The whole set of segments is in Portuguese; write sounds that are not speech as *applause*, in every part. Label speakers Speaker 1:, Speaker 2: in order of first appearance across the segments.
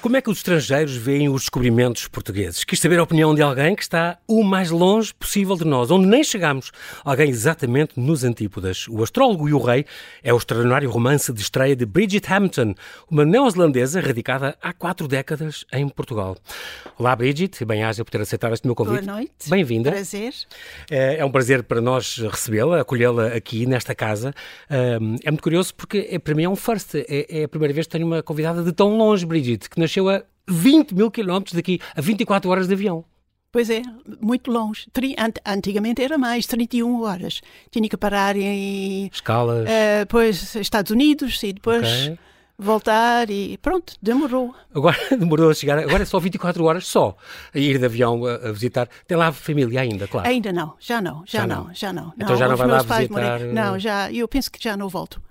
Speaker 1: Como é que os estrangeiros veem os descobrimentos portugueses? Quis saber a opinião de alguém que está o mais longe possível de nós, onde nem chegamos. Alguém exatamente nos antípodas. O Astrólogo e o Rei é o extraordinário romance de estreia de Bridget Hampton, uma neozelandesa radicada há quatro décadas em Portugal. Olá, Bridget. Bem-aja por ter aceitado este meu convite.
Speaker 2: Boa noite.
Speaker 1: Bem-vinda.
Speaker 2: Prazer.
Speaker 1: É é um prazer para nós recebê-la, acolhê-la aqui nesta casa. Ahm, É muito curioso porque é, para mim é um first. É, é a primeira vez que tenho uma convidada de tão longe, Brigitte, que nasceu a 20 mil quilómetros daqui, a 24 horas de avião.
Speaker 2: Pois é, muito longe. Tri- ant- antigamente era mais, 31 horas. Tinha que parar em
Speaker 1: Escalas.
Speaker 2: eh, pois, Estados Unidos e depois
Speaker 1: ok?
Speaker 2: voltar e pronto, demorou.
Speaker 1: Agora *laughs* demorou a chegar, agora é só 24 horas só a ir de avião a, a visitar. Tem lá família ainda, claro.
Speaker 2: Ainda não, já não, já,
Speaker 1: Ah. Já não.
Speaker 2: não. já não.
Speaker 1: Então já não
Speaker 2: os
Speaker 1: vai lá
Speaker 2: meus pais
Speaker 1: visitar,
Speaker 2: morreram.
Speaker 1: eh?
Speaker 2: Não, já, eu penso que já não volto.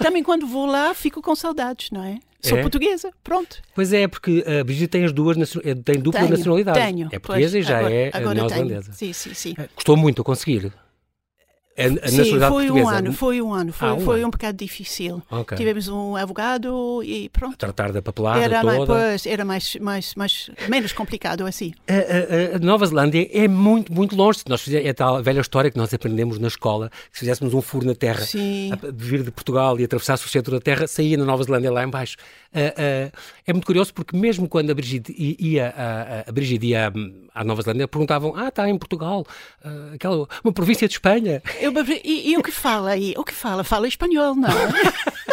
Speaker 2: Também quando vou lá fico com saudades, não é? Sou
Speaker 1: É?
Speaker 2: portuguesa, pronto.
Speaker 1: Pois é, porque a Brigitte tem as duas, nacio- eh, tem dupla
Speaker 2: tenho,
Speaker 1: nacionalidade.
Speaker 2: Tenho.
Speaker 1: É
Speaker 2: pois,
Speaker 1: portuguesa e já
Speaker 2: agora,
Speaker 1: é eh,
Speaker 2: agora tenho.
Speaker 1: neozelandesa.
Speaker 2: Sim, sim, sim.
Speaker 1: Eh, Custou muito a conseguir. É A, a
Speaker 2: Sim,
Speaker 1: nacionalidade
Speaker 2: foi um
Speaker 1: portuguesa.
Speaker 2: ano, foi um ano, foi,
Speaker 1: Ah, um
Speaker 2: foi
Speaker 1: ano.
Speaker 2: um bocado difícil.
Speaker 1: Ok.
Speaker 2: Tivemos um advogado e pronto.
Speaker 1: Tratar da papelada
Speaker 2: Era, mais,
Speaker 1: toda.
Speaker 2: pois, era mais, mais, mais, menos complicado assim.
Speaker 1: A, a- a- a Nova Zelândia é muito, muito longe. Se nós fizermos, é a tal velha história que nós aprendemos na escola, que se fizéssemos um furo na terra,
Speaker 2: Sim.
Speaker 1: a- de vir de Portugal e atravessasse o centro da terra, saía na Nova Zelândia lá em baixo. Ah, ah, é muito curioso porque mesmo quando a Brigitte i- ia, a, a- a Brigitte ia hum, à Nova Zelândia, perguntavam, ah, está em Portugal, ah, aquela, uma província de Espanha. *laughs*
Speaker 2: Eu, e, e o que fala aí? O que fala? Fala
Speaker 1: *laughs*
Speaker 2: espanhol, não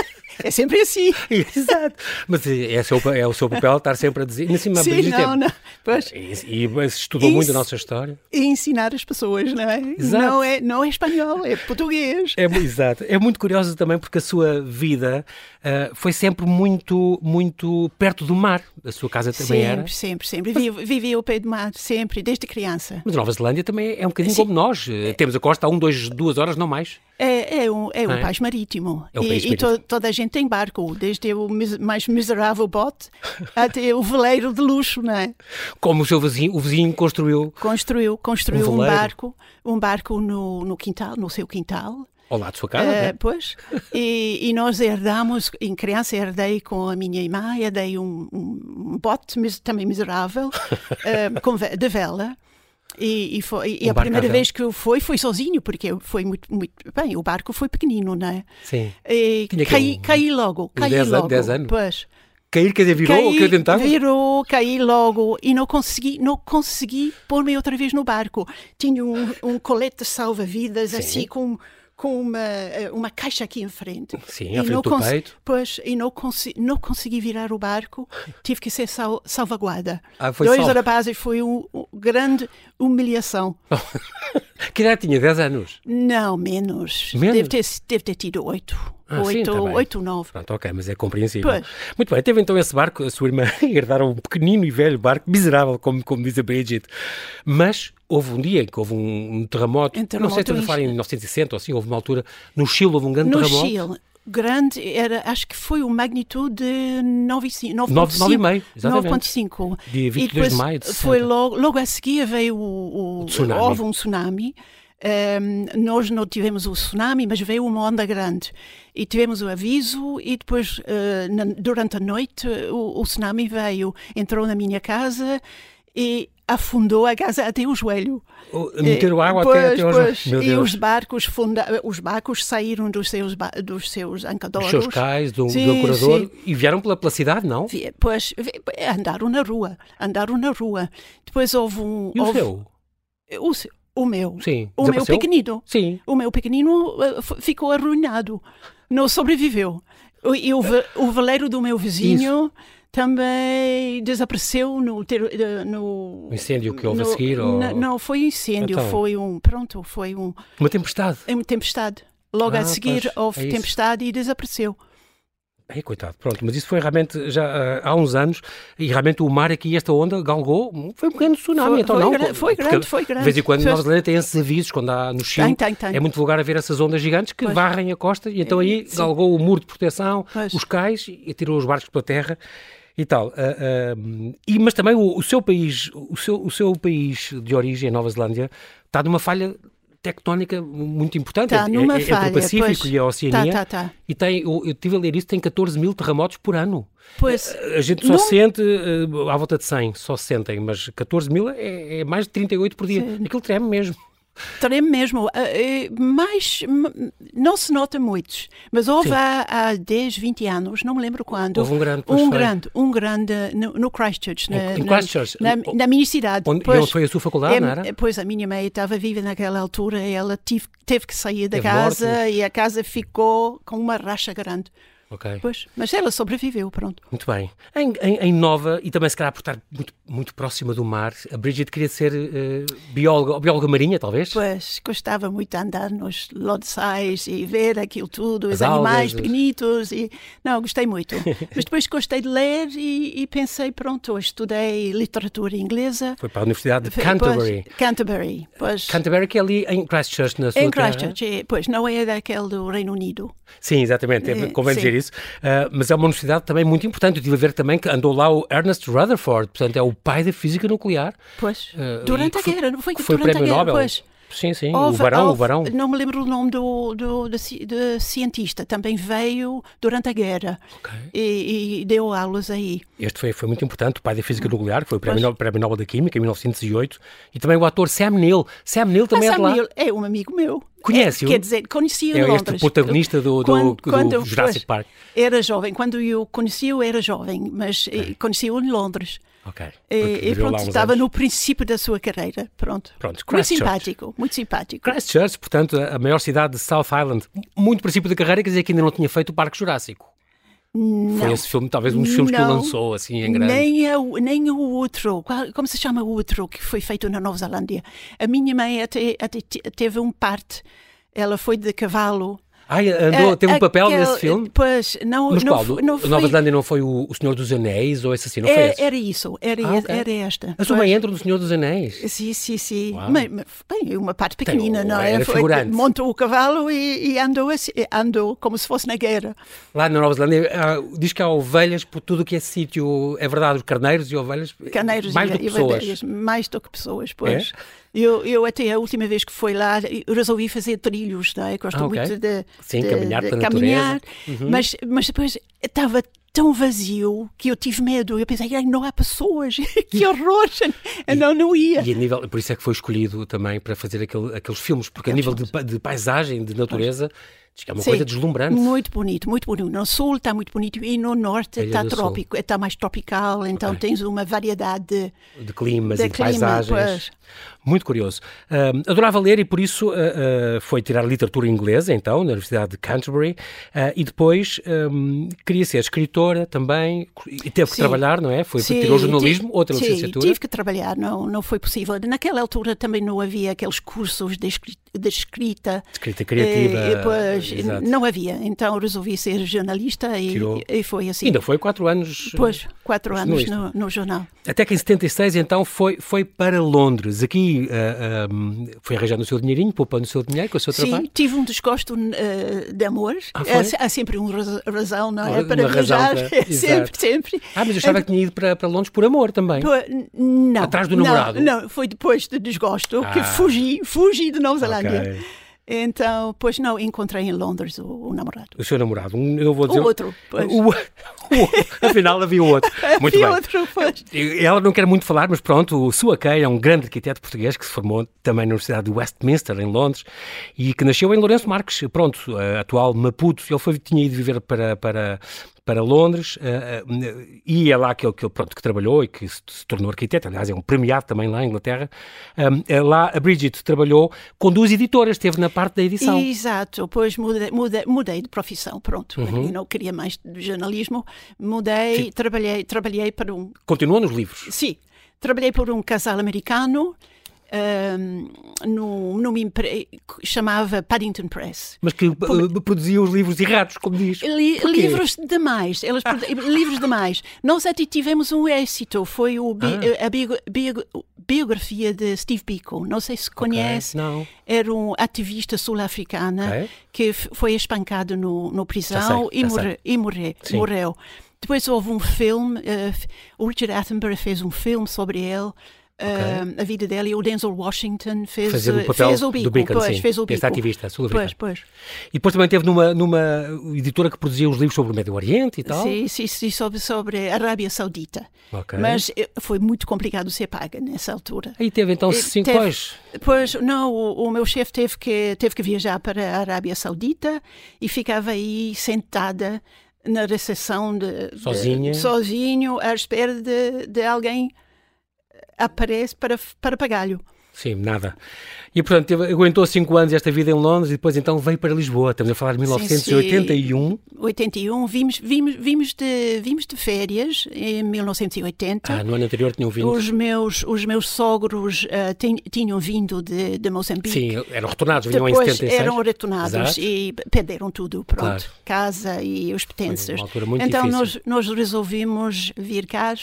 Speaker 2: é? É sempre assim.
Speaker 1: Exato. Mas é, é o seu, pa- é o seu papel estar sempre a dizer. E, assim, a
Speaker 2: Sim,
Speaker 1: Brigitte é-
Speaker 2: não, não. Pois,
Speaker 1: E, e- mas estudou muito a
Speaker 2: Isso.
Speaker 1: nossa história.
Speaker 2: e ensinar as pessoas, não é?
Speaker 1: Exato.
Speaker 2: Não é, não é espanhol, é português.
Speaker 1: É, mu- exato. É muito curioso também porque a sua vida ah, foi sempre muito, muito perto do mar. A sua casa também era.
Speaker 2: Sempre, sempre, sempre. Vivi, vivi ao pé do mar, sempre, desde criança.
Speaker 1: Mas Nova Zelândia também é um bocadinho
Speaker 2: Sim.
Speaker 1: como nós. Eh, Temos a costa há um, dois, duas horas, não mais.
Speaker 2: É, é um, é um
Speaker 1: Não é?
Speaker 2: país marítimo.
Speaker 1: É um
Speaker 2: e
Speaker 1: país
Speaker 2: e to- toda a gente tem barco, desde o mis- mais
Speaker 1: *laughs*
Speaker 2: miserável bote até o veleiro de luxo, não é?
Speaker 1: Como o seu vizinho, o vizinho construiu
Speaker 2: Construiu, construiu
Speaker 1: Um
Speaker 2: um,
Speaker 1: veleiro.
Speaker 2: barco, um barco no, no quintal, no seu quintal.
Speaker 1: ao lado da sua casa.
Speaker 2: Eh,
Speaker 1: né?
Speaker 2: pois, e, e nós herdamos, em criança herdei com a minha irmã, herdei um, um bote mis-
Speaker 1: *laughs*
Speaker 2: também miserável, eh, com ve- de vela. E, e foi- e
Speaker 1: Um
Speaker 2: a
Speaker 1: barco à
Speaker 2: primeira
Speaker 1: vela.
Speaker 2: vez que eu fui, fui sozinho, porque foi muito, muito. Bem, o barco foi pequenino, não é?
Speaker 1: Sim.
Speaker 2: E
Speaker 1: Tinha que
Speaker 2: caí,
Speaker 1: um-
Speaker 2: caí logo, caí
Speaker 1: 10 anos-
Speaker 2: logo.
Speaker 1: 10 anos?
Speaker 2: Pois.
Speaker 1: Cair, quer dizer, virou ou caiu dentro de água?
Speaker 2: virou, caí logo e não consegui, não consegui pôr-me outra vez no barco. Tinha um, um colete salva-vidas assim com com uma, eh, uma caixa aqui em frente.
Speaker 1: Sim,
Speaker 2: E
Speaker 1: à frente
Speaker 2: não
Speaker 1: do
Speaker 2: cons-
Speaker 1: peito.
Speaker 2: Pois, e não, consi- não consegui virar o barco, tive que ser sal- salvaguarda.
Speaker 1: Ah, foi
Speaker 2: Dois
Speaker 1: salva.
Speaker 2: rapazes, foi uma grande humilhação.
Speaker 1: *laughs* Ah. Que idade tinha? 10 anos.
Speaker 2: Não, menos.
Speaker 1: Menos?
Speaker 2: Deve, ter, deve ter tido oito.
Speaker 1: Ah, sim,
Speaker 2: oito,
Speaker 1: tá bem.
Speaker 2: oito, nove.
Speaker 1: Pronto, ok, mas é compreensível.
Speaker 2: Pois.
Speaker 1: Muito bem, teve então esse barco, a sua irmã *laughs* herdaram um pequenino e velho barco, miserável, como, como diz a Bridget. Mas houve um dia em que houve um, um terremoto,
Speaker 2: Um
Speaker 1: não sei se
Speaker 2: terremoto,
Speaker 1: estou a falar em 1960 ou assim, houve uma altura, no Chile houve um grande
Speaker 2: No
Speaker 1: terremoto.
Speaker 2: Chile, grande, era, acho que foi uma magnitude de 9,5.
Speaker 1: Nove- nove e meio, exatamente.
Speaker 2: 9,5.
Speaker 1: Dia
Speaker 2: E
Speaker 1: 22 de
Speaker 2: depois
Speaker 1: maio de 60.
Speaker 2: Foi logo, logo a seguir veio o, o-
Speaker 1: tsunami.
Speaker 2: Houve um tsunami. Ehm, nós não tivemos o tsunami, mas veio uma onda grande. E tivemos o aviso, e depois, eh, na- durante a noite, o, o tsunami veio, entrou na minha casa e afundou a casa até o joelho.
Speaker 1: Oh, Meteram água
Speaker 2: Eh, Pois,
Speaker 1: até, até aos...
Speaker 2: pois.
Speaker 1: Meu
Speaker 2: E os
Speaker 1: Deus.
Speaker 2: barcos, funda... eh, os barcos saíram dos seus, ba... dos seus ancadores.
Speaker 1: Os seus cais, um, do, do
Speaker 2: Sim,
Speaker 1: ancorador,
Speaker 2: sim.
Speaker 1: e vieram pela, pela cidade, não?
Speaker 2: Vi- Pois, vi- andaram na rua, andaram na rua. Depois houve um...
Speaker 1: E o
Speaker 2: houve-
Speaker 1: seu?
Speaker 2: O, se- o meu.
Speaker 1: Sim.
Speaker 2: O meu
Speaker 1: Desapareceu?
Speaker 2: pequenino.
Speaker 1: Sim.
Speaker 2: O meu pequenino eh, f- ficou arruinado. Não sobreviveu. O- E o, ve- o veleiro do meu vizinho também desapareceu no... ter- eh, no
Speaker 1: Um incêndio que houve a
Speaker 2: no-
Speaker 1: seguir, ou-
Speaker 2: na- Não, foi incêndio.
Speaker 1: Então.
Speaker 2: Foi um... Pronto, foi um...
Speaker 1: Uma tempestade.
Speaker 2: em tempestade. Logo
Speaker 1: Ah,
Speaker 2: a seguir
Speaker 1: pois, é
Speaker 2: houve
Speaker 1: isso.
Speaker 2: tempestade e desapareceu.
Speaker 1: Ai, coitado, pronto, mas isso foi realmente já ah, há uns anos e realmente o mar aqui, esta onda, galgou, foi um grande tsunami,
Speaker 2: Foi-
Speaker 1: então
Speaker 2: foi
Speaker 1: não.
Speaker 2: gran- foi
Speaker 1: porque
Speaker 2: grande, foi grande.
Speaker 1: De vez em quando,
Speaker 2: Foi-
Speaker 1: Nova Zelândia tem esses avisos, quando há no Chile,
Speaker 2: Tem, tem, tem.
Speaker 1: é muito vulgar haver essas ondas gigantes que
Speaker 2: Pois.
Speaker 1: varrem a costa e então aí
Speaker 2: Sim.
Speaker 1: galgou o muro de proteção,
Speaker 2: Pois.
Speaker 1: os cais e tirou os barcos pela terra e tal. Ah, ah, e, mas também o, o seu país, o seu, o seu país de origem, a Nova Zelândia, está numa falha tectónica muito importante
Speaker 2: Está
Speaker 1: entre-
Speaker 2: Tá numa
Speaker 1: entre
Speaker 2: falha,
Speaker 1: é, o Pacífico
Speaker 2: pois.
Speaker 1: e a Oceania.
Speaker 2: Tá, tá, tá.
Speaker 1: E tem, eu, eu estive a ler isso, tem 14 mil terremotos por ano.
Speaker 2: Pois,
Speaker 1: A gente só
Speaker 2: Não-
Speaker 1: sente, eh, à volta de 100, só sentem, mas 14 mil é, é mais de 38 por dia. Aquilo treme mesmo.
Speaker 2: treme mesmo. Eh, eh, Mas m- não se nota muitos. Mas houve
Speaker 1: Sim.
Speaker 2: há, há 10, 20 anos, não me lembro quando.
Speaker 1: Houve um grande, pois
Speaker 2: Um
Speaker 1: foi. Um
Speaker 2: grande, um grande no, no Christchurch. Na,
Speaker 1: em
Speaker 2: na-
Speaker 1: Christchurch?
Speaker 2: Na,
Speaker 1: O-
Speaker 2: na minha cidade.
Speaker 1: Onde, e
Speaker 2: Pois,
Speaker 1: onde foi a sua faculdade,
Speaker 2: É,
Speaker 1: não era?
Speaker 2: Pois a minha mãe estava viva naquela altura, ela tive, teve que sair da
Speaker 1: Teve
Speaker 2: casa
Speaker 1: morte.
Speaker 2: e a casa ficou com uma racha grande.
Speaker 1: Ok.
Speaker 2: Pois, mas ela sobreviveu, pronto.
Speaker 1: Muito bem. Em, em- em Nova, e também se calhar por estar muito, muito próxima do mar, a Bridget queria ser eh, bióloga, ou bióloga marinha, talvez?
Speaker 2: Pois gostava muito de andar nos lodsais e ver aquilo tudo,
Speaker 1: As
Speaker 2: os animais
Speaker 1: algas, os-
Speaker 2: pequenitos e não
Speaker 1: *laughs*
Speaker 2: gostei muito. mas depois gostei de ler e, e pensei pronto, eu estudei literatura inglesa.
Speaker 1: Foi para a Universidade de
Speaker 2: Pois,
Speaker 1: Canterbury.
Speaker 2: Canterbury, pois.
Speaker 1: Canterbury que é ali em Christchurch, na sua
Speaker 2: em
Speaker 1: terra.
Speaker 2: Christchurch, é, pois não é daquele do Reino Unido.
Speaker 1: Sim, exatamente, é,
Speaker 2: Eh,
Speaker 1: convém
Speaker 2: sim.
Speaker 1: dizer isso. Ah, mas é uma universidade também muito importante. Eu tive a ver também que andou lá o Ernest Rutherford, portanto é o pai da física nuclear.
Speaker 2: Pois.
Speaker 1: Eh,
Speaker 2: durante
Speaker 1: e
Speaker 2: a
Speaker 1: que foi-
Speaker 2: guerra, não foi que
Speaker 1: Foi
Speaker 2: durante a
Speaker 1: prémio
Speaker 2: guerra,
Speaker 1: Nobel.
Speaker 2: pois.
Speaker 1: Sim, sim, o
Speaker 2: Houve-
Speaker 1: Barão, o
Speaker 2: houve-
Speaker 1: Barão.
Speaker 2: Não me lembro o nome do, do, do ci- de cientista, também veio durante a guerra
Speaker 1: Ok.
Speaker 2: e, e deu aulas aí.
Speaker 1: Este foi, foi muito importante, o pai da física nuclear, que foi o prémio,
Speaker 2: Hum. Pois.
Speaker 1: Nobel- prémio Nobel da Química em 1908, e também o ator Sam Neill. Sam Neill também
Speaker 2: Mas
Speaker 1: é de lá.
Speaker 2: Samuel é um amigo meu.
Speaker 1: Conhece-o?
Speaker 2: Quer dizer, conheci-o
Speaker 1: É
Speaker 2: em
Speaker 1: este
Speaker 2: Londres.
Speaker 1: protagonista do- do-
Speaker 2: Quando-
Speaker 1: do
Speaker 2: quando eu-
Speaker 1: Jurassic
Speaker 2: pois,
Speaker 1: Park.
Speaker 2: Era jovem, quando eu conheci-o era jovem, mas eh, conheci-o em Londres. Eh,
Speaker 1: Ok.
Speaker 2: É, E-
Speaker 1: porque
Speaker 2: E,
Speaker 1: viveu lá
Speaker 2: pronto,
Speaker 1: uns
Speaker 2: estava
Speaker 1: anos.
Speaker 2: no princípio da sua carreira, pronto.
Speaker 1: Pronto,
Speaker 2: muito
Speaker 1: Christchurch.
Speaker 2: simpático, muito simpático.
Speaker 1: Christchurch, portanto, a maior cidade de South Island, muito princípio da carreira, quer dizer que ainda não tinha feito o Parque Jurássico. Foi esse filme, talvez um dos filmes que
Speaker 2: Não.
Speaker 1: lançou assim em grande.
Speaker 2: Nem, a, nem o outro, Qual- como se chama o outro que foi feito na Nova Zelândia? A minha mãe até, até te- teve um parte, ela foi de cavalo.
Speaker 1: Ai, andou,
Speaker 2: Ah,
Speaker 1: teve um papel
Speaker 2: aquele-
Speaker 1: nesse filme?
Speaker 2: Pois, não,
Speaker 1: Mas
Speaker 2: não,
Speaker 1: qual?
Speaker 2: fo- não
Speaker 1: a
Speaker 2: foi. É,
Speaker 1: Nova Zelândia não foi o, o Senhor dos Anéis ou esse assim, não foi
Speaker 2: era,
Speaker 1: esse?
Speaker 2: era isso, era,
Speaker 1: Ah,
Speaker 2: e-
Speaker 1: ok.
Speaker 2: era esta.
Speaker 1: A sua
Speaker 2: Pois.
Speaker 1: mãe entra no Senhor dos Anéis.
Speaker 2: Sim, sim, sim.
Speaker 1: Uau.
Speaker 2: Mas, mas, bem, é uma parte pequenina,
Speaker 1: Tem, um
Speaker 2: não é?
Speaker 1: era
Speaker 2: Foi-
Speaker 1: figurante.
Speaker 2: Montou o cavalo e, e andou, assim, andou como se fosse na guerra.
Speaker 1: Lá na Nova Zelândia ah, diz que há ovelhas por tudo o que é sítio. É verdade, os carneiros e ovelhas.
Speaker 2: Caneiros
Speaker 1: mais
Speaker 2: e,
Speaker 1: do que
Speaker 2: e
Speaker 1: pessoas. É?
Speaker 2: bandeiras, mais do que pessoas, pois. Eu, eu até a última vez que fui lá eu resolvi fazer trilhos, não é? Gosto
Speaker 1: Ah, ok.
Speaker 2: muito de,
Speaker 1: Sim,
Speaker 2: de-
Speaker 1: caminhar
Speaker 2: de
Speaker 1: pela Uhum.
Speaker 2: caminhar, mas, mas depois estava tão vazio que eu tive medo. Eu pensei, "Ai, não há pessoas, *laughs* que horror! Não, não ia.
Speaker 1: E a nível, por isso é que foi escolhido também para fazer aquele- aqueles filmes, porque a nível de, pa- de paisagem, de natureza, diz que é uma
Speaker 2: Sim.
Speaker 1: coisa deslumbrante.
Speaker 2: Muito bonito, muito bonito. No sul está muito bonito e no norte
Speaker 1: Ilha
Speaker 2: está
Speaker 1: do Sul.
Speaker 2: trópico, está mais tropical, então tens uma variedade de,
Speaker 1: de climas
Speaker 2: De
Speaker 1: e de
Speaker 2: clima,
Speaker 1: paisagens.
Speaker 2: pois.
Speaker 1: Muito curioso. Ahm, adorava ler e por isso ah, ah, foi tirar literatura inglesa, então, na Universidade de Canterbury, ah, e depois ahm, queria ser escritora também, e teve que
Speaker 2: Sim.
Speaker 1: trabalhar, não é? Foi
Speaker 2: Sim,
Speaker 1: tirou jornalismo,
Speaker 2: ti-
Speaker 1: outra
Speaker 2: sim,
Speaker 1: licenciatura.
Speaker 2: Tive que trabalhar, não, não foi possível. Naquela altura também não havia aqueles cursos de escri- de escrita.
Speaker 1: Escrita criativa,
Speaker 2: Eh, eh, pois,
Speaker 1: exato.
Speaker 2: não havia. Então resolvi ser jornalista e,
Speaker 1: Tirou.
Speaker 2: e foi assim.
Speaker 1: Ainda foi quatro anos.
Speaker 2: Depois, quatro anos
Speaker 1: jornalista.
Speaker 2: no, no jornal.
Speaker 1: Até que em 76, então, foi, foi para Londres. Aqui ah, ahm, foi arranjando o seu dinheirinho, poupando o seu dinheiro com o seu
Speaker 2: Sim,
Speaker 1: trabalho.
Speaker 2: tive um desgosto eh, de amor.
Speaker 1: Ah, foi?
Speaker 2: há, se- há sempre uma raz- razão, não é?
Speaker 1: Uma
Speaker 2: Para
Speaker 1: razão
Speaker 2: viajar.
Speaker 1: para-
Speaker 2: *laughs* sempre,
Speaker 1: exato.
Speaker 2: sempre.
Speaker 1: Ah, mas eu achava que tinha ido para, para Londres por amor também.
Speaker 2: Pô, n- Não.
Speaker 1: Atrás do
Speaker 2: não,
Speaker 1: namorado?
Speaker 2: Não, foi depois do desgosto que
Speaker 1: Ah.
Speaker 2: fugi, fugi de Nova Zelândia.
Speaker 1: Ok.
Speaker 2: Então, pois não, encontrei em Londres o, o namorado.
Speaker 1: O seu namorado, um- eu vou dizer.
Speaker 2: outro, pois. *laughs*
Speaker 1: O- o- *laughs* afinal, havia outro. Muito
Speaker 2: e
Speaker 1: bem.
Speaker 2: outro, pois.
Speaker 1: Ela não quer muito falar, mas pronto, o Sua Kay é um grande arquiteto português que se formou também na Universidade de Westminster, em Londres, e que nasceu em Lourenço Marques, pronto, eh, atual Maputo. Ele foi, tinha ido viver para, para, para Londres eh, eh, e é lá que ele, que ele, pronto, que trabalhou e que se, se tornou arquiteto. Aliás, é um premiado também lá em Inglaterra. Ahm, eh, lá a Bridget trabalhou com duas editoras, esteve na parte da edição.
Speaker 2: Exato, pois mudei, mudei, mudei de profissão, pronto.
Speaker 1: Uhum.
Speaker 2: Eu não queria mais de jornalismo, mudei, trabalhei, trabalhei para um
Speaker 1: Continuou nos livros.
Speaker 2: Sim, trabalhei por um casal americano ehm, num- numa empresa que chamava Paddington Press.
Speaker 1: mas que eh, produzia os livros errados, como diz.
Speaker 2: Li-
Speaker 1: Porquê?
Speaker 2: livros demais, elas produ- livros demais. Nós até tivemos um êxito, foi o bi- a bio- bio- biografia de Steve Biko. Não sei se conhece.
Speaker 1: não.
Speaker 2: Era um ativista sul-africana
Speaker 1: Ok.
Speaker 2: que f- foi espancado no,
Speaker 1: Tá
Speaker 2: no prisão
Speaker 1: sei,
Speaker 2: e,
Speaker 1: já
Speaker 2: morre-
Speaker 1: sei.
Speaker 2: e morre-
Speaker 1: Sim.
Speaker 2: morreu. Depois houve um filme, eh, f- o Richard Attenborough fez um filme sobre ele.
Speaker 1: Ok.
Speaker 2: Ah, a vida dela e o Denzel Washington fez,
Speaker 1: Fazia do
Speaker 2: eh,
Speaker 1: papel
Speaker 2: fez o
Speaker 1: do
Speaker 2: bico,
Speaker 1: Beacon,
Speaker 2: pois,
Speaker 1: sim.
Speaker 2: fez o
Speaker 1: Este
Speaker 2: bico.
Speaker 1: ativista sul-africano.
Speaker 2: Pois, pois.
Speaker 1: E depois também teve numa, numa editora que produzia os livros sobre o Médio Oriente e tal.
Speaker 2: Sim, sim, sim, sobre, sobre a Arábia Saudita.
Speaker 1: Então? Ok.
Speaker 2: Mas eh, foi muito complicado ser paga nessa altura.
Speaker 1: Aí teve então
Speaker 2: Eh,
Speaker 1: cinco
Speaker 2: teve-
Speaker 1: pois.
Speaker 2: Pois, não, o, o meu chefe teve que, teve que viajar para a Arábia Saudita e ficava aí sentada na recepção de, de-
Speaker 1: Sozinha?
Speaker 2: sozinho, à espera de, de alguém eh, aparece para, para pagar-lhe.
Speaker 1: Sim, nada. E portanto, teve, aguentou cinco anos esta vida em Londres e depois então veio para Lisboa. Estamos a falar de 1981.
Speaker 2: 81, vimos, vimos, vimos, de, vimos de férias em 1980.
Speaker 1: Ah, no ano anterior tinham vindo.
Speaker 2: Tá. Os meus, os meus sogros ah, tin- tinham vindo de, de Moçambique.
Speaker 1: Sim, eram retornados, vinham em
Speaker 2: Depois
Speaker 1: 76.
Speaker 2: eram retornados
Speaker 1: Exato.
Speaker 2: e perderam tudo, pronto,
Speaker 1: Claro.
Speaker 2: casa e os
Speaker 1: Foi
Speaker 2: pertences.
Speaker 1: uma altura muito
Speaker 2: então
Speaker 1: difícil.
Speaker 2: nós, nós resolvimos vir cá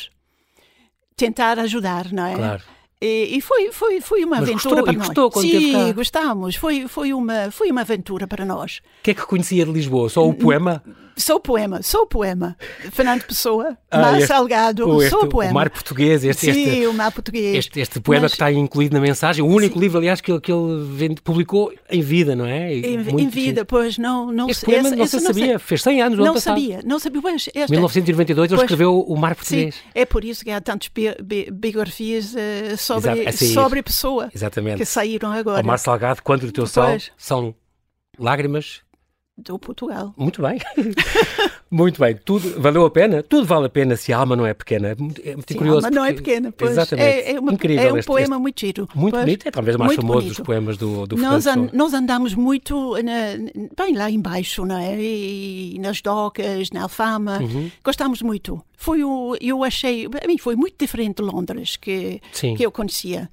Speaker 2: tentar ajudar, não é?
Speaker 1: Claro.
Speaker 2: E, e foi, foi, foi uma
Speaker 1: Mas
Speaker 2: aventura
Speaker 1: gostou-
Speaker 2: para
Speaker 1: e
Speaker 2: nós.
Speaker 1: gostou quando
Speaker 2: Sim,
Speaker 1: teve cá?
Speaker 2: gostámos. Foi, foi, uma, foi uma aventura para nós.
Speaker 1: O que é que conhecia de Lisboa? Só o poema?
Speaker 2: Sou poema, sou poema. Fernando Pessoa,
Speaker 1: Ah,
Speaker 2: Mar
Speaker 1: este-
Speaker 2: Salgado,
Speaker 1: o, este-
Speaker 2: sou
Speaker 1: o
Speaker 2: poema.
Speaker 1: mar português, este, este,
Speaker 2: Sim, o mar português.
Speaker 1: este, este poema
Speaker 2: Mas-
Speaker 1: que está incluído na mensagem, o único livro, aliás, que ele, que ele vende- publicou em vida, não é? E
Speaker 2: Em,
Speaker 1: muito
Speaker 2: em
Speaker 1: difícil.
Speaker 2: vida, pois não, não
Speaker 1: Este
Speaker 2: se-
Speaker 1: poema
Speaker 2: essa-
Speaker 1: não
Speaker 2: essa
Speaker 1: se sabia, fez 100 anos, no
Speaker 2: Não
Speaker 1: ano passado.
Speaker 2: sabia, não sabia. Pois, é esta,
Speaker 1: 1992 ele
Speaker 2: Pois.
Speaker 1: escreveu o Mar Português.
Speaker 2: Sim, é por isso que há tantas bi- bi- biografias eh,
Speaker 1: Exato, é
Speaker 2: sobre,
Speaker 1: a sair.
Speaker 2: sobre pessoa
Speaker 1: Exatamente.
Speaker 2: que saíram
Speaker 1: O
Speaker 2: agora
Speaker 1: Mar Salgado, quando do teu sol,
Speaker 2: Pois.
Speaker 1: são lágrimas.
Speaker 2: do Portugal.
Speaker 1: Muito bem. *laughs* Muito bem. Tudo valeu a pena? Tudo vale a pena se a alma não é pequena. É muito é muito
Speaker 2: Sim,
Speaker 1: curioso.
Speaker 2: mas não é
Speaker 1: porque-
Speaker 2: pequena, pois.
Speaker 1: Exatamente.
Speaker 2: É, é uma-
Speaker 1: Incrível
Speaker 2: é um
Speaker 1: este-
Speaker 2: poema muito giro.
Speaker 1: Muito
Speaker 2: pois.
Speaker 1: bonito, é talvez o mais
Speaker 2: Muito
Speaker 1: famoso
Speaker 2: bonito.
Speaker 1: dos poemas do, do
Speaker 2: Nós,
Speaker 1: Fernando
Speaker 2: an-
Speaker 1: Pessoa.
Speaker 2: nós andamos muito na- bem lá embaixo, não é? E nas docas, na Alfama.
Speaker 1: Uhum.
Speaker 2: Gostámos muito. Foi o, eu achei, para mim, foi muito diferente de Londres que,
Speaker 1: Sim.
Speaker 2: que eu conhecia.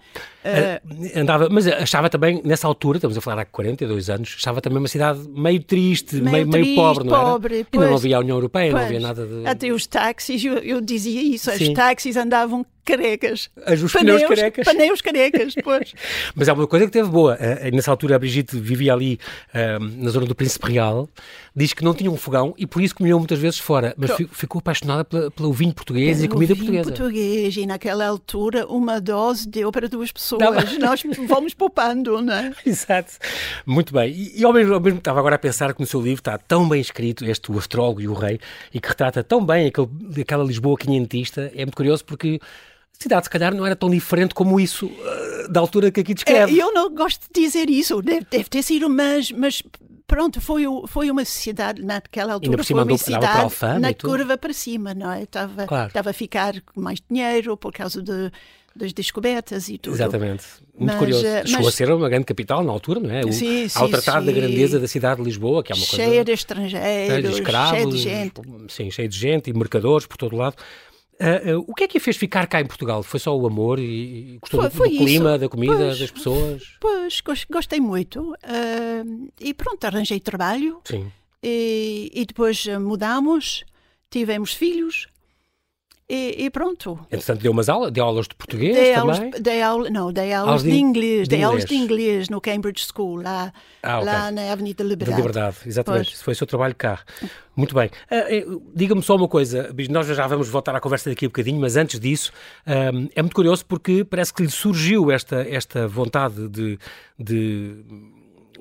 Speaker 1: Ah, Andava, mas achava também, nessa altura, estamos a falar há 42 anos, achava também uma cidade meio triste, meio,
Speaker 2: Meio
Speaker 1: meio
Speaker 2: triste,
Speaker 1: pobre, não era?
Speaker 2: pobre,
Speaker 1: Ainda não
Speaker 2: pois.
Speaker 1: havia a União Europeia, não
Speaker 2: Pois,
Speaker 1: havia nada de.
Speaker 2: Até os táxis, eu, eu dizia isso, os
Speaker 1: Sim.
Speaker 2: táxis andavam carecas.
Speaker 1: As- os pneus carecas.
Speaker 2: Pneus carecas,
Speaker 1: *laughs*
Speaker 2: pois.
Speaker 1: Mas há uma coisa que teve boa. Eh, eh, Nessa altura a Brigitte vivia ali eh, na zona do Príncipe Real, diz que não tinha um fogão e por isso comiam muitas vezes fora, mas fi- ficou apaixonada pela- pelo vinho português e a
Speaker 2: Eu
Speaker 1: comida
Speaker 2: vim
Speaker 1: portuguesa.
Speaker 2: português, e naquela altura uma dose deu para duas pessoas. *laughs* Nós vamos poupando, não é?
Speaker 1: *laughs* Exato. Muito bem. E, e ao, mesmo, ao mesmo estava agora a pensar que no seu livro está tão bem escrito este O Astrólogo e o Rei e que retrata tão bem aquele, aquela Lisboa quinhentista. É muito curioso porque a cidade, se calhar, não era tão diferente como isso eh, da altura que aqui
Speaker 2: É,
Speaker 1: descreve.
Speaker 2: eu não gosto de dizer isso, deve, deve ter sido, mas, mas pronto, foi, o- foi uma cidade, naquela altura,
Speaker 1: por
Speaker 2: foi
Speaker 1: cima
Speaker 2: uma
Speaker 1: andou- andava para
Speaker 2: cidade
Speaker 1: Alfama e
Speaker 2: na
Speaker 1: tudo.
Speaker 2: curva para cima, não é? Estava,
Speaker 1: Claro.
Speaker 2: estava a ficar com mais dinheiro por causa de- das descobertas e tudo.
Speaker 1: Exatamente. Muito
Speaker 2: Mas,
Speaker 1: curioso.
Speaker 2: eh,
Speaker 1: Chegou
Speaker 2: mas-
Speaker 1: a ser uma grande capital na altura, não é? O,
Speaker 2: Sim,
Speaker 1: ao
Speaker 2: sim,
Speaker 1: tratado da
Speaker 2: sim.
Speaker 1: grandeza da cidade de Lisboa, que é uma coisa.
Speaker 2: Cheia de estrangeiros,
Speaker 1: Tá, de escravos,
Speaker 2: cheia de gente.
Speaker 1: Sim, cheio de gente e mercadores por todo lado. Ah, ah, o que é que a fez ficar cá em Portugal? Foi só o amor e, e gostou
Speaker 2: Foi-
Speaker 1: do,
Speaker 2: foi
Speaker 1: do clima,
Speaker 2: isso.
Speaker 1: da comida,
Speaker 2: Pois.
Speaker 1: das pessoas?
Speaker 2: Pois, gos- gostei muito. ah, e pronto, arranjei trabalho
Speaker 1: Sim.
Speaker 2: e, e depois ah, mudamos, tivemos filhos e, e pronto.
Speaker 1: Entretanto, deu umas aulas, deu aulas de português
Speaker 2: Dei
Speaker 1: também.
Speaker 2: aulas, dei aula, não, dei aulas
Speaker 1: Aulas de
Speaker 2: de,
Speaker 1: in-
Speaker 2: inglês,
Speaker 1: de
Speaker 2: dei aulas de
Speaker 1: inglês.
Speaker 2: inglês no Cambridge School, lá,
Speaker 1: Ah, ok.
Speaker 2: lá na Avenida
Speaker 1: Da
Speaker 2: Liberdade.
Speaker 1: liberdade, exatamente.
Speaker 2: Pois.
Speaker 1: Isso foi o seu trabalho cá. Muito bem. Ah, eh, Diga-me só uma coisa, Bis, nós já vamos voltar à conversa daqui a bocadinho, mas antes disso, ahm, é muito curioso porque parece que lhe surgiu esta, esta vontade de, de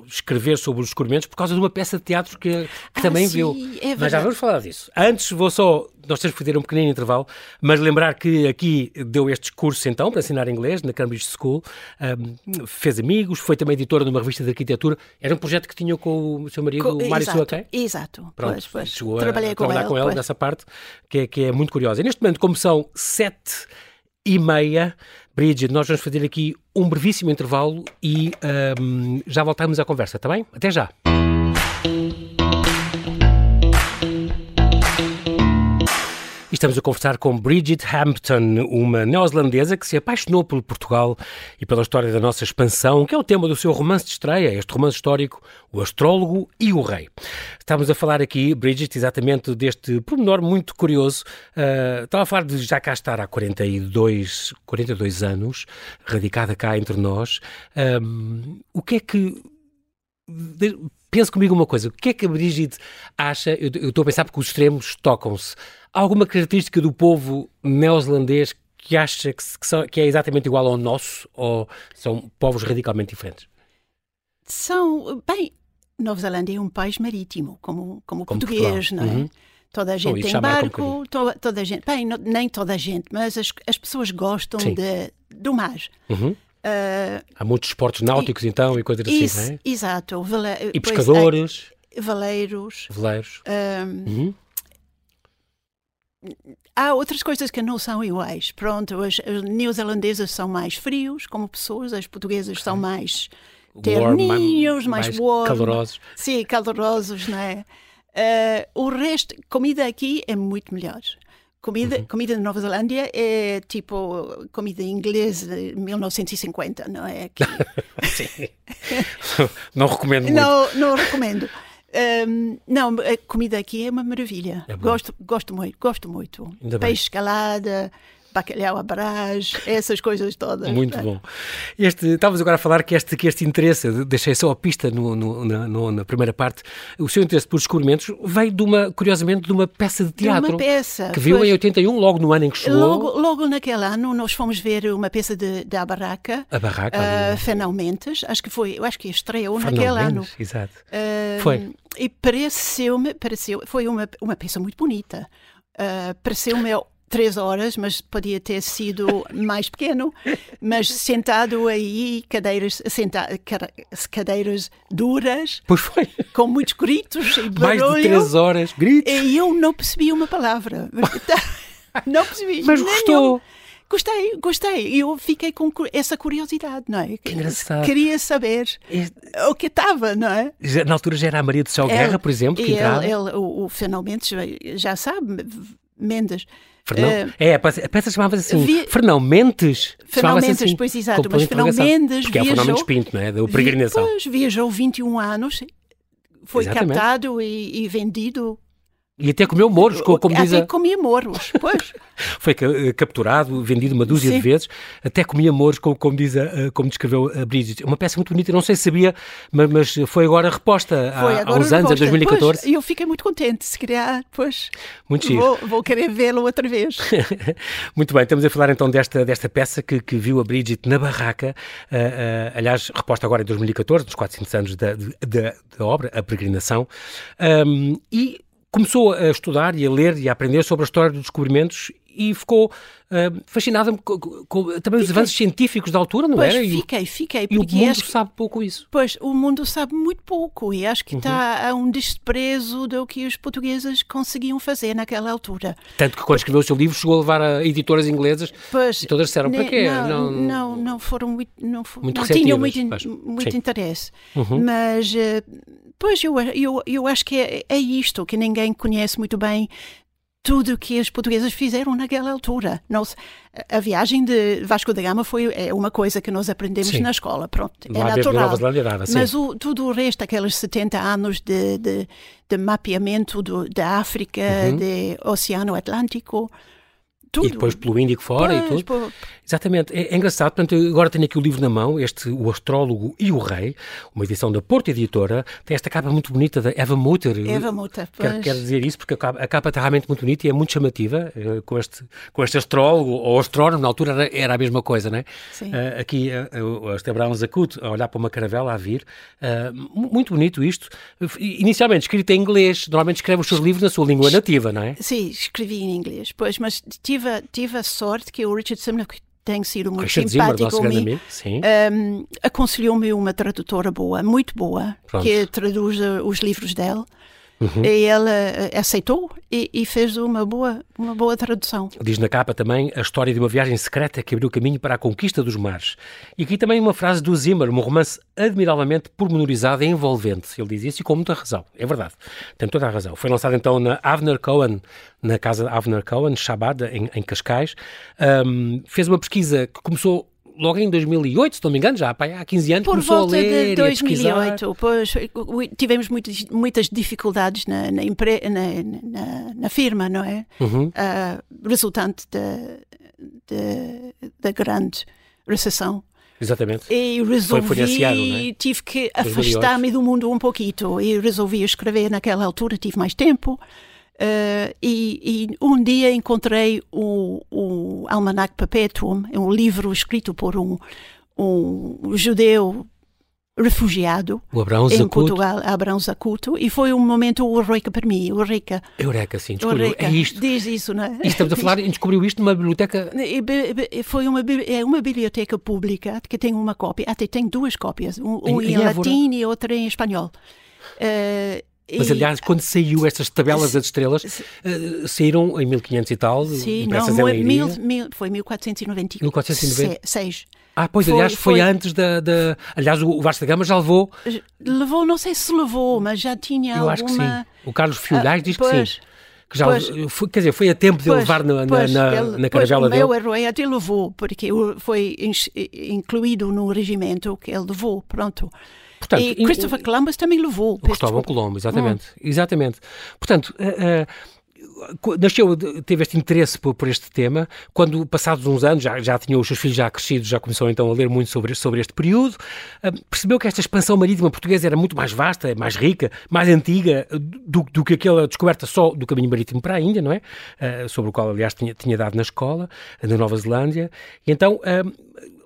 Speaker 1: escrever sobre os descobrimentos por causa de uma peça de teatro que, que também
Speaker 2: sim,
Speaker 1: viu.
Speaker 2: é
Speaker 1: mas já
Speaker 2: verdade.
Speaker 1: vamos falar disso. Antes vou só, nós temos que fazer um pequenino intervalo, mas lembrar que aqui deu estes cursos então para ensinar inglês na Cambridge School, ahm, fez amigos, foi também editora de uma revista de arquitetura, era um projeto que tinha com o seu marido,
Speaker 2: Co-
Speaker 1: o Mário
Speaker 2: exato,
Speaker 1: Suaquem?
Speaker 2: Exato.
Speaker 1: Pronto,
Speaker 2: pois, pois.
Speaker 1: chegou a
Speaker 2: Trabalhei com
Speaker 1: trabalhar
Speaker 2: ele.
Speaker 1: com ele
Speaker 2: pois.
Speaker 1: nessa parte, que é, que é muito curiosa. E neste momento, como são sete e meia, Bridget, nós vamos fazer aqui um brevíssimo intervalo e ahm, já voltamos à conversa, está bem? Até já! E Estamos a conversar com Bridget Hampton, uma neozelandesa que se apaixonou pelo Portugal e pela história da nossa expansão, que é o tema do seu romance de estreia, este romance histórico, O Astrólogo e o Rei. Estamos a falar aqui, Bridget, exatamente deste pormenor muito curioso. Ah, estava a falar de já cá estar há 42, 42 anos, radicada cá entre nós. Ahm, o que é que de- Pense comigo uma coisa, o que é que a Brigitte acha? Eu eu estou a pensar porque os extremos tocam-se. Há alguma característica do povo neozelandês que acha que, se- que são- que é exatamente igual ao nosso ou são povos radicalmente diferentes?
Speaker 2: São, bem, Nova Zelândia é um país marítimo, como, como, o
Speaker 1: Como
Speaker 2: português,
Speaker 1: Portugal.
Speaker 2: não é?
Speaker 1: Uhum.
Speaker 2: Toda a gente
Speaker 1: isso
Speaker 2: tem
Speaker 1: já marca um
Speaker 2: barco,
Speaker 1: bocadinho.
Speaker 2: to- toda a gente, bem, no- nem toda a gente, mas as, as pessoas gostam
Speaker 1: Sim.
Speaker 2: de, do mar.
Speaker 1: Uhum.
Speaker 2: Ah,
Speaker 1: Há muitos esportes náuticos, então, e coisas
Speaker 2: isso,
Speaker 1: assim, não é?
Speaker 2: Exato. vele-
Speaker 1: E
Speaker 2: pois, é,
Speaker 1: pescadores,
Speaker 2: há Veleiros.
Speaker 1: veleiros.
Speaker 2: ah,
Speaker 1: Uhum.
Speaker 2: há outras coisas que não são iguais. Pronto, as, as neozelandesas são mais frios como pessoas, as portuguesas são mais
Speaker 1: Warm, ma-
Speaker 2: terninhos, mais,
Speaker 1: mais
Speaker 2: warm.
Speaker 1: calorosos. *laughs*
Speaker 2: Sim, calorosos, não é? Eh, o resto, comida aqui é muito melhor. Comida,
Speaker 1: Uhum.
Speaker 2: comida na Nova Zelândia é tipo comida inglesa de 1950, não é?
Speaker 1: *laughs*
Speaker 2: Que-
Speaker 1: Não recomendo muito.
Speaker 2: não, não recomendo. Ehm, não, a comida aqui é uma maravilha.
Speaker 1: É bom.
Speaker 2: gosto, gosto muito, gosto muito.
Speaker 1: Ainda bem.
Speaker 2: Peixe escalada, bacalhau à brás, essas coisas todas.
Speaker 1: Muito bom. Este, estávamos agora a falar que este, que este interesse, de- deixei só a pista no- no- na, no- na primeira parte, o seu interesse por descobrimentos veio, de uma, curiosamente, de uma peça de
Speaker 2: De
Speaker 1: teatro
Speaker 2: uma peça.
Speaker 1: que viu
Speaker 2: pois.
Speaker 1: em 81, logo no ano em que chegou,
Speaker 2: Logo, logo naquele ano nós fomos ver uma peça de, da Barraca.
Speaker 1: a barraca.
Speaker 2: Ah,
Speaker 1: ali.
Speaker 2: Fernão Mentes, acho que foi, eu acho que estreou
Speaker 1: Fernão
Speaker 2: naquele ano.
Speaker 1: Mendes, Exato.
Speaker 2: Ah,
Speaker 1: Foi.
Speaker 2: E pareceu-me, pareceu, foi uma, uma peça muito bonita. Ah, pareceu-me três horas, mas podia ter sido mais pequeno. Mas sentado aí, cadeiras, senta, cara- cadeiras duras,
Speaker 1: Pois foi.
Speaker 2: com muitos gritos e
Speaker 1: *laughs* Mais
Speaker 2: barulho.
Speaker 1: de três horas, gritos.
Speaker 2: E eu não percebi uma palavra. *laughs* Não percebi.
Speaker 1: Mas
Speaker 2: nenhuma.
Speaker 1: gostou.
Speaker 2: Gostei, gostei. Eu fiquei com cu- essa curiosidade, não é? Que
Speaker 1: engraçado.
Speaker 2: Queria saber
Speaker 1: Este-
Speaker 2: o que estava, não é?
Speaker 1: já- na altura já era a Maria do Céu Guerra,
Speaker 2: Ele-
Speaker 1: por exemplo, que
Speaker 2: É, e
Speaker 1: entrava.
Speaker 2: ele, ele, o, o Fernão Mendes já sabe, Mendes.
Speaker 1: Fernão- é, a peça, a peça chamava-se assim,
Speaker 2: eh, vi-
Speaker 1: Fernão Mendes.
Speaker 2: Fernão
Speaker 1: chamava-se
Speaker 2: Mendes,
Speaker 1: assim,
Speaker 2: pois exato,
Speaker 1: com ponto
Speaker 2: mas
Speaker 1: de
Speaker 2: Fernão
Speaker 1: interrogação.
Speaker 2: Mendes
Speaker 1: Porque é o Fernão Mendes
Speaker 2: viajou-
Speaker 1: Pinto, não é? Da peregrinação.
Speaker 2: Eh, Depois viajou 21 anos, foi
Speaker 1: Exatamente.
Speaker 2: captado e, e vendido.
Speaker 1: E até comeu moros, co- como diz
Speaker 2: Até
Speaker 1: a,
Speaker 2: comia morros,
Speaker 1: *laughs*
Speaker 2: pois.
Speaker 1: Foi ca- eh, capturado, vendido uma dúzia
Speaker 2: Sim.
Speaker 1: de vezes, até comia amores, como, como, diz a- a- como descreveu a Bridget. É Uma peça muito bonita, não sei se sabia, mas, mas foi agora reposta há,
Speaker 2: Foi agora
Speaker 1: há uns anos,
Speaker 2: resposta.
Speaker 1: em 2014.
Speaker 2: Pois, eu fiquei muito contente, se calhar, pois.
Speaker 1: Muito giro.
Speaker 2: Vou, vou querer vê-lo
Speaker 1: *laughs*
Speaker 2: outra vez.
Speaker 1: Muito bem, estamos a falar então desta, desta peça que, que viu a Bridget na barraca, ah, ah, aliás, reposta agora em 2014, nos 400 anos da, de- da, da obra, A Peregrinação, Ahm, e começou a estudar e a ler e a aprender sobre a história dos descobrimentos e ficou ehm, ahm, fascinada com, com- com também os avanços científicos da altura, não
Speaker 2: Pois
Speaker 1: era? E o-
Speaker 2: fiquei, fiquei,
Speaker 1: E o
Speaker 2: porque
Speaker 1: mundo
Speaker 2: acho que-
Speaker 1: sabe pouco isso.
Speaker 2: pois, o mundo sabe muito pouco e acho que
Speaker 1: Uhum.
Speaker 2: está a um desprezo do que os portugueses conseguiam fazer naquela altura.
Speaker 1: Tanto que quando escreveu o seu livro chegou a levar a editoras inglesas
Speaker 2: Pois,
Speaker 1: e todas Então disseram, para
Speaker 2: ne-
Speaker 1: quê?
Speaker 2: Né, Não, não, não foram muito, não, fo-
Speaker 1: Muito
Speaker 2: não tinham muito, in-
Speaker 1: receptivas, pois.
Speaker 2: muito
Speaker 1: Sim.
Speaker 2: interesse.
Speaker 1: Uhum.
Speaker 2: Mas, eh, pois, eu, eu, eu acho que é, é isto, que ninguém conhece muito bem tudo o que os portugueses fizeram naquela altura. Nós, a viagem de Vasco da Gama foi é uma coisa que nós aprendemos
Speaker 1: Sim.
Speaker 2: na escola, pronto, é
Speaker 1: Lá dentro da
Speaker 2: natural.
Speaker 1: Nova Zelândia dava, Ah, sim.
Speaker 2: Mas o, tudo o resto, aqueles 70 anos de, de, de mapeamento do, da África, de Oceano Atlântico, tudo.
Speaker 1: Uhum. E depois pelo Índico fora e
Speaker 2: Pois,
Speaker 1: tudo.
Speaker 2: pô,
Speaker 1: Exatamente, é, é engraçado. Portanto, eu agora tenho aqui o livro na mão, este O Astrólogo e o Rei, uma edição da Porta Editora. Tem esta capa muito bonita da Eva Mutter.
Speaker 2: Eva Muta,
Speaker 1: Quero,
Speaker 2: pois.
Speaker 1: quero dizer isso porque a capa, a capa está realmente muito bonita e é muito chamativa eh, com este, com este astrólogo ou astrónomo, na altura era, era a mesma coisa, não é?
Speaker 2: Sim.
Speaker 1: Eh, aqui eh, o Estebrão Zacuto a olhar para uma caravela a vir. Eh, mu- muito bonito isto. Inicialmente escrito em inglês, normalmente escreve os seus livros na sua língua nativa, não é?
Speaker 2: Sim, escrevi em inglês, pois, mas tive, a- tive a sorte que o Richard Simler, que tem sido muito
Speaker 1: Richard Zimmer,
Speaker 2: simpático
Speaker 1: nosso
Speaker 2: a
Speaker 1: grande
Speaker 2: mim,
Speaker 1: amigo. Sim.
Speaker 2: ehm, aconselhou-me uma tradutora boa, muito boa,
Speaker 1: Pronto. Uhum.
Speaker 2: que traduz eh, os livros dela. E ela eh, aceitou e, e fez uma boa, uma boa tradução.
Speaker 1: Diz na capa também a história de uma viagem secreta que abriu caminho para a conquista dos mares. E aqui também uma frase do Zimmer, um romance admiravelmente pormenorizado e envolvente. Ele diz isso e com muita razão. É verdade. Tem toda a razão. Foi lançado então na Avner Cohen, na casa de Avner Cohen, Chabada, em, em Cascais. Ahm, fez uma pesquisa que começou logo em 2008, se não me engano, já há pá, há 15 anos.
Speaker 2: Por
Speaker 1: começou
Speaker 2: volta
Speaker 1: a ler
Speaker 2: de
Speaker 1: e a pesquisar.
Speaker 2: 2008, pois, ui, tivemos muitas, muitas dificuldades na, na, empre, na, na- na firma, não é?
Speaker 1: Uhum.
Speaker 2: Ah, resultante da- da- da grande recessão.
Speaker 1: Exatamente.
Speaker 2: E
Speaker 1: Foi
Speaker 2: resolvi,
Speaker 1: financiado, não é?
Speaker 2: tive
Speaker 1: 2008.
Speaker 2: que afastar-me do mundo um pouquinho. E resolvi escrever naquela altura, tive mais tempo. Eh, e, e um dia encontrei o, o Almanac Perpetuum, é um livro escrito por um, um judeu refugiado
Speaker 1: O Abraão
Speaker 2: em
Speaker 1: Zacuto.
Speaker 2: Portugal, Abraão Zacuto, e foi um momento eureka para mim, eureka,
Speaker 1: Eureka, sim, descobriu.
Speaker 2: eureka.
Speaker 1: É isto.
Speaker 2: Diz isso, não é?
Speaker 1: E estamos a falar, e descobriu isto numa biblioteca.
Speaker 2: E bi- bi- Foi uma, bi- é uma biblioteca pública que tem uma cópia, até tem duas cópias, um,
Speaker 1: Em-
Speaker 2: um em,
Speaker 1: em Évora?
Speaker 2: latim e outra em espanhol. Eh,
Speaker 1: Mas,
Speaker 2: e-
Speaker 1: aliás, quando saiu estas tabelas das estrelas, eh, saíram em 1500 e tal,
Speaker 2: sim, não,
Speaker 1: impressas em
Speaker 2: mil,
Speaker 1: leiria.
Speaker 2: mil, mil, foi 1496.
Speaker 1: 1490.
Speaker 2: Seis.
Speaker 1: Ah, pois,
Speaker 2: Foi-
Speaker 1: aliás, foi,
Speaker 2: foi-
Speaker 1: antes da, da- Aliás, o Vasco da Gama já levou,
Speaker 2: Levou, não sei se levou, mas já tinha
Speaker 1: eu
Speaker 2: alguma... Ah,
Speaker 1: acho que sim. O Carlos Fiolhais diz que
Speaker 2: pois,
Speaker 1: sim. Que já,
Speaker 2: pois.
Speaker 1: foi- quer dizer, foi a tempo de
Speaker 2: Pois,
Speaker 1: levar na, na-
Speaker 2: pois,
Speaker 1: na,
Speaker 2: ele-
Speaker 1: na
Speaker 2: pois,
Speaker 1: caravela
Speaker 2: o meu
Speaker 1: dele.
Speaker 2: herói até levou, porque o- foi ins- incluído no regimento que ele levou, pronto.
Speaker 1: Portanto,
Speaker 2: e
Speaker 1: in-
Speaker 2: Christopher Columbus também levou.
Speaker 1: O Cristóvão Colombo, exatamente. Exatamente. Portanto, eh, eh, co- nasceu, de- teve este interesse por, por este tema, quando passados uns anos, já, já tinha os seus filhos já crescidos, já começou então a ler muito sobre, sobre este período, eh, percebeu que esta expansão marítima portuguesa era muito mais vasta, mais rica, mais antiga eh, do, do que aquela descoberta só do caminho marítimo para a Índia, não é? Eh, sobre o qual, aliás, tinha, tinha dado na escola, eh, na Nova Zelândia. E então, eh,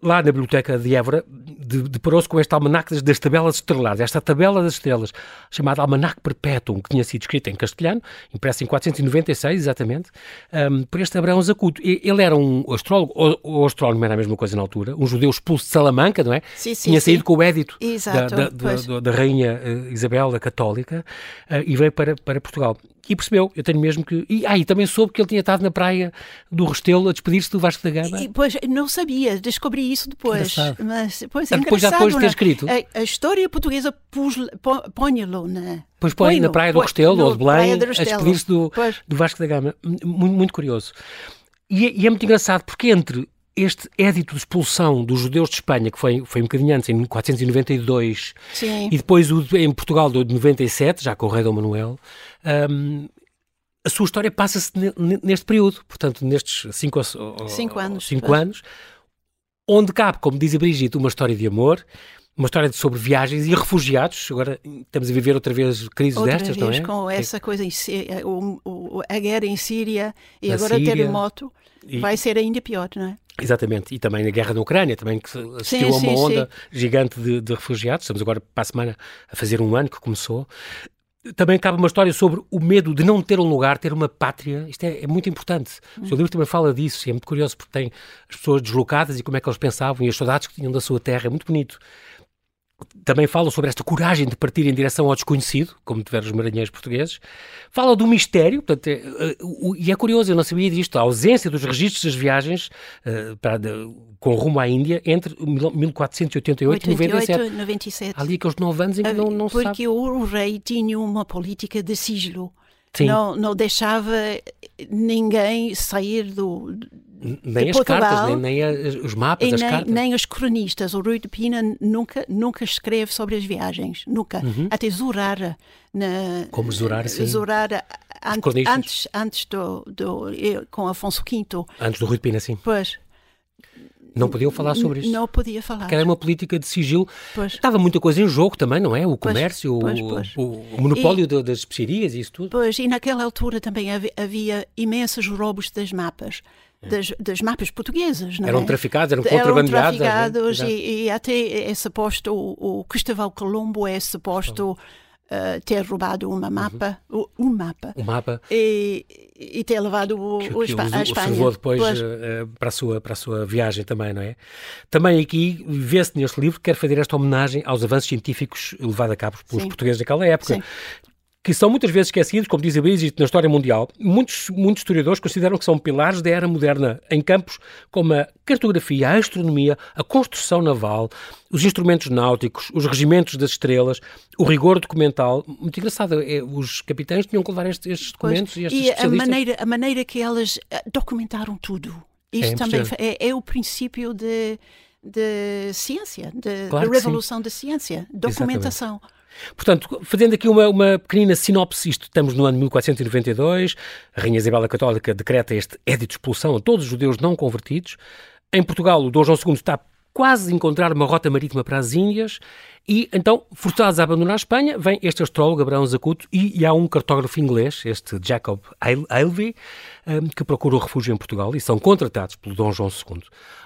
Speaker 1: lá na biblioteca de Évora, de- deparou-se com este almanac das, das tabelas estrelares, esta tabela das estrelas, chamada Almanac Perpetuum, que tinha sido escrita em castelhano, impressa em 496, exatamente, ahm, por este Abraão Zacuto. E- Ele era um astrólogo, ou, ou astrónomo era a mesma coisa na altura, um judeu expulso de Salamanca, não é?
Speaker 2: Sim, sim,
Speaker 1: tinha saído
Speaker 2: sim.
Speaker 1: com o édito da-
Speaker 2: Exato,
Speaker 1: da, da-
Speaker 2: pois.
Speaker 1: da- da rainha eh, Isabel, da católica, eh, e veio para, para Portugal. E percebeu, eu tenho mesmo que... E, ah, e também soube que ele tinha estado na praia do Restelo a despedir-se do Vasco da Gama.
Speaker 2: E, pois, não sabia, descobri isso depois.
Speaker 1: é? Engraçado.
Speaker 2: Mas, pois, é
Speaker 1: Ah, depois já
Speaker 2: engraçado,
Speaker 1: depois de ter
Speaker 2: não é?
Speaker 1: escrito?
Speaker 2: A, a história portuguesa pus- pô- põe-lo na.
Speaker 1: Pois põe na
Speaker 2: põe-no,
Speaker 1: Praia do
Speaker 2: põe-
Speaker 1: Restelo,
Speaker 2: no
Speaker 1: ou de Belém,
Speaker 2: Praia do
Speaker 1: a
Speaker 2: Restelo.
Speaker 1: despedir-se do,
Speaker 2: Pois.
Speaker 1: do Vasco da Gama. M- Muito, muito curioso. E, é- e é muito engraçado, porque entre este édito de expulsão dos judeus de Espanha, que foi, foi um bocadinho antes, em 492,
Speaker 2: Sim.
Speaker 1: e depois o de- em Portugal, do de 97, já com o rei Dom Manuel, hum, a sua história passa-se ne- ne- neste período, portanto, nestes cinco, ou- ou-
Speaker 2: Cinco anos,
Speaker 1: cinco
Speaker 2: pois.
Speaker 1: anos, onde cabe, como diz a Brigitte, uma história de amor, uma história de- sobre viagens e refugiados. Agora estamos a viver outra vez crises
Speaker 2: Outra
Speaker 1: destas, não
Speaker 2: vez
Speaker 1: é?
Speaker 2: com
Speaker 1: É-
Speaker 2: essa coisa, em Si- eh, o- o- a guerra em Síria e
Speaker 1: Na
Speaker 2: agora
Speaker 1: Síria.
Speaker 2: terremoto,
Speaker 1: E-
Speaker 2: vai ser ainda pior, não é?
Speaker 1: Exatamente, e também a guerra na Ucrânia, também que se assistiu
Speaker 2: Sim,
Speaker 1: a uma
Speaker 2: sim,
Speaker 1: onda gigante de, de refugiados. Estamos agora para a semana a fazer um ano que começou. Também cabe uma história sobre o medo de não ter um lugar, ter uma pátria. Isto é, é muito importante. O seu livro também fala disso e é muito curioso porque tem as pessoas deslocadas e como é que eles pensavam e as saudades que tinham da sua terra. É muito bonito. Também fala sobre esta coragem de partir em direção ao desconhecido, como tiveram os maranhenses portugueses. Fala do mistério, portanto, é, é, o- e é curioso, eu não sabia disto, a ausência dos registros das viagens eh, para de- com rumo à Índia entre mil- 1488 e 97.
Speaker 2: 97.
Speaker 1: Há ali aqueles nove anos em que não, não se sabe.
Speaker 2: Ah, Porque o, o rei tinha uma política de sigilo.
Speaker 1: Sim.
Speaker 2: Não, não deixava ninguém sair do,
Speaker 1: Nem
Speaker 2: de
Speaker 1: as cartas,
Speaker 2: Portugal.
Speaker 1: nem, nem as- os mapas,
Speaker 2: E
Speaker 1: as
Speaker 2: nem,
Speaker 1: cartas.
Speaker 2: nem os cronistas. O Rui de Pina nunca, nunca escreve sobre as viagens. Nunca.
Speaker 1: Uhum.
Speaker 2: Até Zurara. Na,
Speaker 1: Como assim, Zurara, sim.
Speaker 2: Zurara, an-
Speaker 1: cronistas.
Speaker 2: antes, antes do, do- eh, com Afonso V.
Speaker 1: Antes do Rui de Pina, sim.
Speaker 2: Pois,
Speaker 1: Não podiam falar sobre isto.
Speaker 2: não podia falar.
Speaker 1: Que era uma política de sigilo.
Speaker 2: Pois.
Speaker 1: Estava muita coisa em jogo também, não é? O
Speaker 2: Pois,
Speaker 1: comércio, o-
Speaker 2: pois, pois.
Speaker 1: O, o monopólio da- das especiarias e isso tudo.
Speaker 2: Pois, e naquela altura também hav- havia imensos roubos das mapas.
Speaker 1: É.
Speaker 2: Das, das mapas portuguesas, não
Speaker 1: Eram
Speaker 2: é?
Speaker 1: traficados, eram contrabandeados, às vezes.
Speaker 2: traficados
Speaker 1: né? Exato.
Speaker 2: e, e até é suposto, o, o Cristóvão Colombo é suposto eh, ter roubado uma mapa,
Speaker 1: Uhum.
Speaker 2: u- um mapa,
Speaker 1: O mapa
Speaker 2: e, e ter levado o,
Speaker 1: que,
Speaker 2: o
Speaker 1: que
Speaker 2: Espa-
Speaker 1: o
Speaker 2: à
Speaker 1: Zu-
Speaker 2: Espanha.
Speaker 1: observou depois
Speaker 2: Pois,
Speaker 1: eh, eh, para, a sua, para a sua viagem também, não é? Também aqui vê-se neste livro que quer fazer esta homenagem aos avanços científicos levados a cabo pelos
Speaker 2: Sim.
Speaker 1: portugueses naquela época.
Speaker 2: Sim.
Speaker 1: Que são muitas vezes esquecidos, como diz a Brigitte, na história mundial. Muitos, muitos historiadores consideram que são pilares da era moderna em campos como a cartografia, a astronomia, a construção naval, os instrumentos náuticos, os regimentos das estrelas, o rigor documental. Muito engraçado, é, os capitães tinham que levar estes, estes
Speaker 2: pois.
Speaker 1: documentos e estes
Speaker 2: e a
Speaker 1: especialistas.
Speaker 2: maneira, a maneira que elas eh, documentaram tudo. Isto também
Speaker 1: impressionante.
Speaker 2: fa- é, é o princípio de, de ciência, de,
Speaker 1: Claro
Speaker 2: da
Speaker 1: que sim.
Speaker 2: revolução da ciência, documentação.
Speaker 1: Portanto, fazendo aqui uma, uma pequenina sinopse, isto estamos no ano 1492, a Rainha Isabel a Católica decreta este édito de expulsão a todos os judeus não convertidos. Em Portugal, o Dom João II está quase encontrar uma rota marítima para as Índias e então, forçados a abandonar a Espanha, vem este astrólogo Abraão Zacuto e, e há um cartógrafo inglês, este Jacob Ailby, um, que procura o refúgio em Portugal e são contratados pelo Dom João II.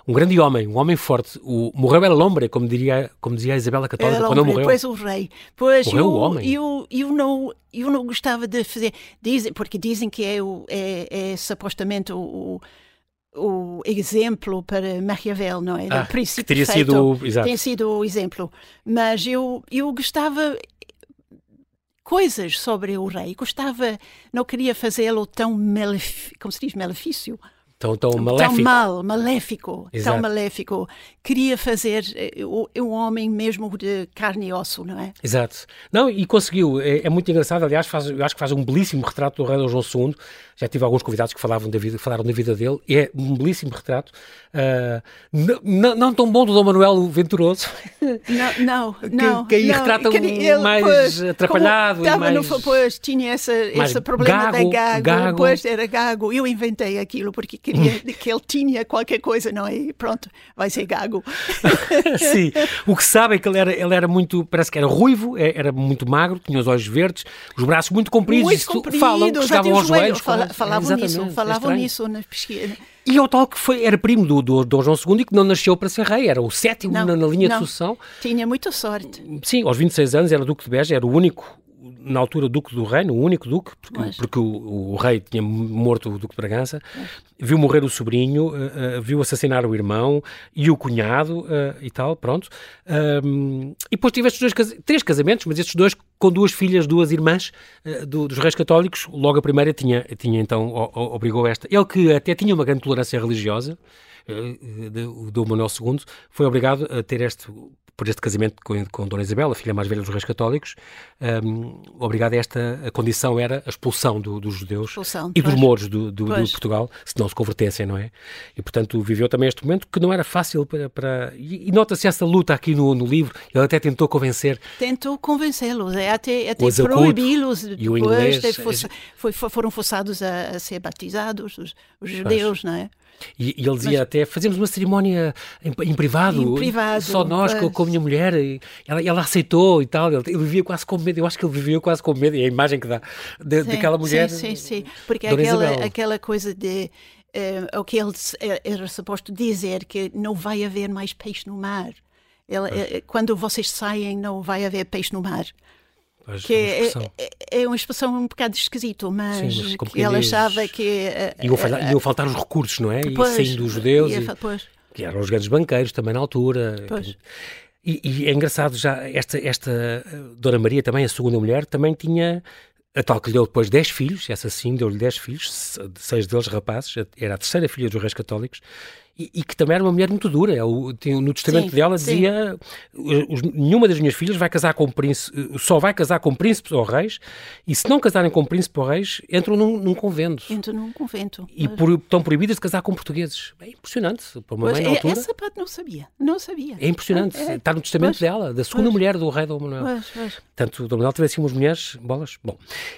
Speaker 1: Um grande homem, um homem forte, o morreu era lombre, como, diria, como dizia a Isabela Católica
Speaker 2: Era
Speaker 1: quando
Speaker 2: homem,
Speaker 1: morreu.
Speaker 2: Pois o rei. Pois
Speaker 1: Morreu
Speaker 2: eu,
Speaker 1: o homem.
Speaker 2: Eu, eu, não, eu não gostava de fazer. Dizem, porque dizem que é, o, é, é supostamente o, o, o exemplo para Maquiavel, não é?
Speaker 1: Ah,
Speaker 2: o príncipe
Speaker 1: que teria
Speaker 2: perfeito.
Speaker 1: sido- exato.
Speaker 2: Tem sido o exemplo. Mas eu, eu gostava coisas sobre o rei. Gostava, não queria fazê-lo tão malef... como se diz, malefício
Speaker 1: Tão, tão
Speaker 2: tão
Speaker 1: maléfico.
Speaker 2: mal, maléfico,
Speaker 1: Exato.
Speaker 2: tão maléfico. Queria fazer eh, o-
Speaker 1: é
Speaker 2: um homem mesmo de carne e osso, não é?
Speaker 1: Exato. Não, e conseguiu. É, é muito engraçado. Aliás, faz, eu acho que faz um belíssimo retrato do rei Dom João II. Já tive alguns convidados que falavam da vida, falaram da vida dele. E é um belíssimo retrato. Ah, n- n- não tão bom do Dom Manuel Venturoso. *laughs*
Speaker 2: Não, não, não.
Speaker 1: que aí
Speaker 2: não.
Speaker 1: retrata-o
Speaker 2: Queria- ele,
Speaker 1: mais
Speaker 2: pois,
Speaker 1: atrapalhado e
Speaker 2: como tava no-
Speaker 1: mais-
Speaker 2: pois, tinha essa,
Speaker 1: mais
Speaker 2: esse problema
Speaker 1: gago,
Speaker 2: da gago,
Speaker 1: gago.
Speaker 2: Pois, era gago. Eu inventei aquilo porque
Speaker 1: *laughs*
Speaker 2: queria que ele tinha qualquer coisa, não é? E pronto, vai ser gago.
Speaker 1: Sim. O que se sabe é que ele era, ele era muito. Parece que era ruivo, é- era muito magro, tinha os olhos verdes, os braços muito compridos.
Speaker 2: Muito
Speaker 1: isso tu-
Speaker 2: comprido,
Speaker 1: falam, que
Speaker 2: até
Speaker 1: chegavam
Speaker 2: o
Speaker 1: aos
Speaker 2: joelho.
Speaker 1: joelhos.
Speaker 2: Fala-
Speaker 1: quase.
Speaker 2: falavam nisso,
Speaker 1: Exatamente, é
Speaker 2: falavam
Speaker 1: estranho.
Speaker 2: nisso na pesquisa.
Speaker 1: E é o tal que foi, era primo do, do, Dom João II e que não nasceu para ser rei, era o sétimo
Speaker 2: Não,
Speaker 1: na, na linha
Speaker 2: não.
Speaker 1: de sucessão.
Speaker 2: Tinha muita sorte.
Speaker 1: Sim, aos 26 anos era Duque de Beja, era o único, na altura, Duque do Reino, o único Duque, porque,
Speaker 2: Pois.
Speaker 1: porque o, o rei tinha morto o Duque de Bragança. Viu morrer o sobrinho, eh, eh, viu assassinar o irmão e o cunhado eh, e tal, pronto. Ahm, e depois tive estes dois, cas- três casamentos, mas estes dois com duas filhas, duas irmãs eh, do- dos reis católicos. Logo a primeira tinha, tinha então, o- o- obrigou esta. Ele que até tinha uma grande tolerância religiosa, eh, de- o Dom Manuel II, foi obrigado a ter este, por este casamento com, com Dona Isabel, a filha mais velha dos reis católicos, hum, obrigado a esta, a condição era a expulsão do- dos judeus
Speaker 2: Expulsão,
Speaker 1: e dos
Speaker 2: pois.
Speaker 1: mouros do, do- do
Speaker 2: Pois.
Speaker 1: Portugal, se não se convertessem, não é? E, portanto, viveu também este momento que não era fácil para... para- e e nota-se essa luta aqui no, no livro, ele até tentou convencer
Speaker 2: Tentou convencê-los, é, até, até
Speaker 1: Os acutos
Speaker 2: proibi-los.
Speaker 1: e o inglês,
Speaker 2: Depois de força- foi- foi- foram forçados a, a ser batizados, os, os judeus, não é?
Speaker 1: E, e ele dizia até, fazemos uma cerimónia em, em privado,
Speaker 2: Em privado,
Speaker 1: só nós com,
Speaker 2: pois.
Speaker 1: com a minha mulher, e ela, ela aceitou e tal, ele, ele vivia quase com medo, eu acho que ele vivia quase com medo, e a imagem que dá de-
Speaker 2: Sim,
Speaker 1: daquela mulher.
Speaker 2: Sim, sim, sim. Porque
Speaker 1: Dona
Speaker 2: aquela,
Speaker 1: Isabel.
Speaker 2: aquela coisa de. eh, o que ele se- eh, era suposto dizer, que não vai haver mais peixe no mar. Ele, eh, quando vocês saem, não vai haver peixe no mar.
Speaker 1: Pois,
Speaker 2: Que
Speaker 1: uma
Speaker 2: é,
Speaker 1: expressão.
Speaker 2: é- é uma expressão um bocado esquisito, mas,
Speaker 1: mas
Speaker 2: que ele
Speaker 1: compreendes.
Speaker 2: achava que. eh,
Speaker 1: E iam faltar, iam faltar os recursos, não é? E
Speaker 2: pois,
Speaker 1: saindo dos judeus,
Speaker 2: ia
Speaker 1: e-
Speaker 2: fa- pois.
Speaker 1: que eram os grandes banqueiros também na altura.
Speaker 2: Pois.
Speaker 1: E, e é engraçado já, esta, esta eh, Dona Maria também, a segunda mulher, também tinha, a tal que lhe deu depois 10 filhos, essa sim, deu-lhe 10 filhos, se- seis deles rapazes, a- era a terceira filha dos reis católicos, e, e que também era uma mulher muito dura. É o- tem- no testamento
Speaker 2: Sim,
Speaker 1: dela
Speaker 2: sim.
Speaker 1: dizia, os- nenhuma das minhas filhas vai casar com príncipe, só vai casar com príncipes ou reis, e se não casarem com príncipe ou reis, entram num, num convento.
Speaker 2: Entro num então convento.
Speaker 1: E por, estão proibidas de casar com portugueses. É impressionante, para uma
Speaker 2: Pois,
Speaker 1: mãe na
Speaker 2: é-
Speaker 1: altura.
Speaker 2: Essa parte não sabia, não sabia.
Speaker 1: É impressionante.
Speaker 2: É, é.
Speaker 1: Está no testamento
Speaker 2: Pois,
Speaker 1: dela, da segunda
Speaker 2: pois.
Speaker 1: mulher do rei Dom Manuel.
Speaker 2: Pois, pois.
Speaker 1: Portanto, o Dom Manuel teve assim umas mulheres, bolas. Bom.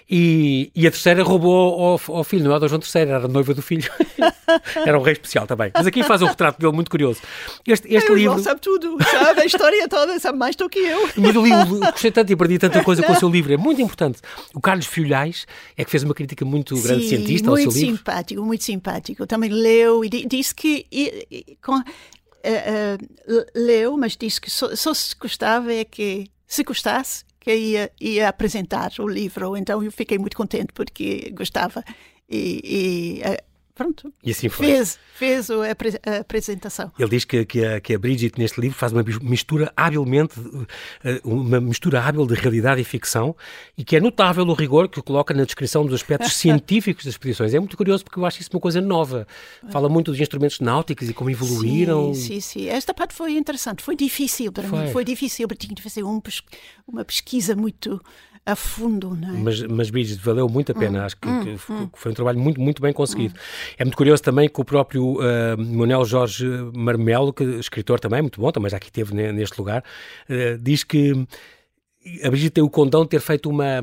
Speaker 1: E, e a terceira roubou ao, ao filho, não é? Dom João III, era a noiva do filho. *laughs* era um rei especial também. Mas aqui faz um retrato dele muito curioso. Este, este
Speaker 2: o João
Speaker 1: livro.
Speaker 2: sabe tudo, sabe a história toda, sabe mais do que eu.
Speaker 1: *laughs* Mas eu li, o- gostei tanto e aprendi tanta coisa
Speaker 2: *laughs*
Speaker 1: com o seu livro. É muito importante. O Carlos Filhais é que fez uma crítica muito grande
Speaker 2: Sim,
Speaker 1: cientista ao
Speaker 2: muito
Speaker 1: seu livro.
Speaker 2: simpático, muito simpático. Também leu e di- disse que e- e- com- eh, eh, l- leu, mas disse que só, só se gostava é que se gostasse que ia, ia apresentar o livro. Então eu fiquei muito contente porque gostava e, e, eh, pronto
Speaker 1: E assim foi.
Speaker 2: fez fez o apre- a apresentação.
Speaker 1: Ele diz que, que, a, que a Bridget, neste livro, faz uma bis- mistura habilmente, eh, uma mistura hábil de realidade e ficção, e que é notável o rigor que coloca na descrição dos aspectos científicos das expedições. É muito curioso porque eu acho isso uma coisa nova. Fala muito dos instrumentos náuticos e como evoluíram.
Speaker 2: Sim, sim, sim. Esta parte foi interessante. Foi difícil para
Speaker 1: Foi.
Speaker 2: mim. Foi difícil porque tinha de fazer um pes- uma pesquisa muito a fundo, não é?
Speaker 1: Mas, mas Bridget, valeu muito a
Speaker 2: Hum,
Speaker 1: pena. Acho que, que f- que foi um trabalho muito, muito bem conseguido. É muito curioso também que o próprio eh, Manuel Jorge Marmelo, que escritor também, muito bom, também já aqui esteve ne- ah, neste lugar, eh, diz que a Brigitte tem o condão de ter feito uma.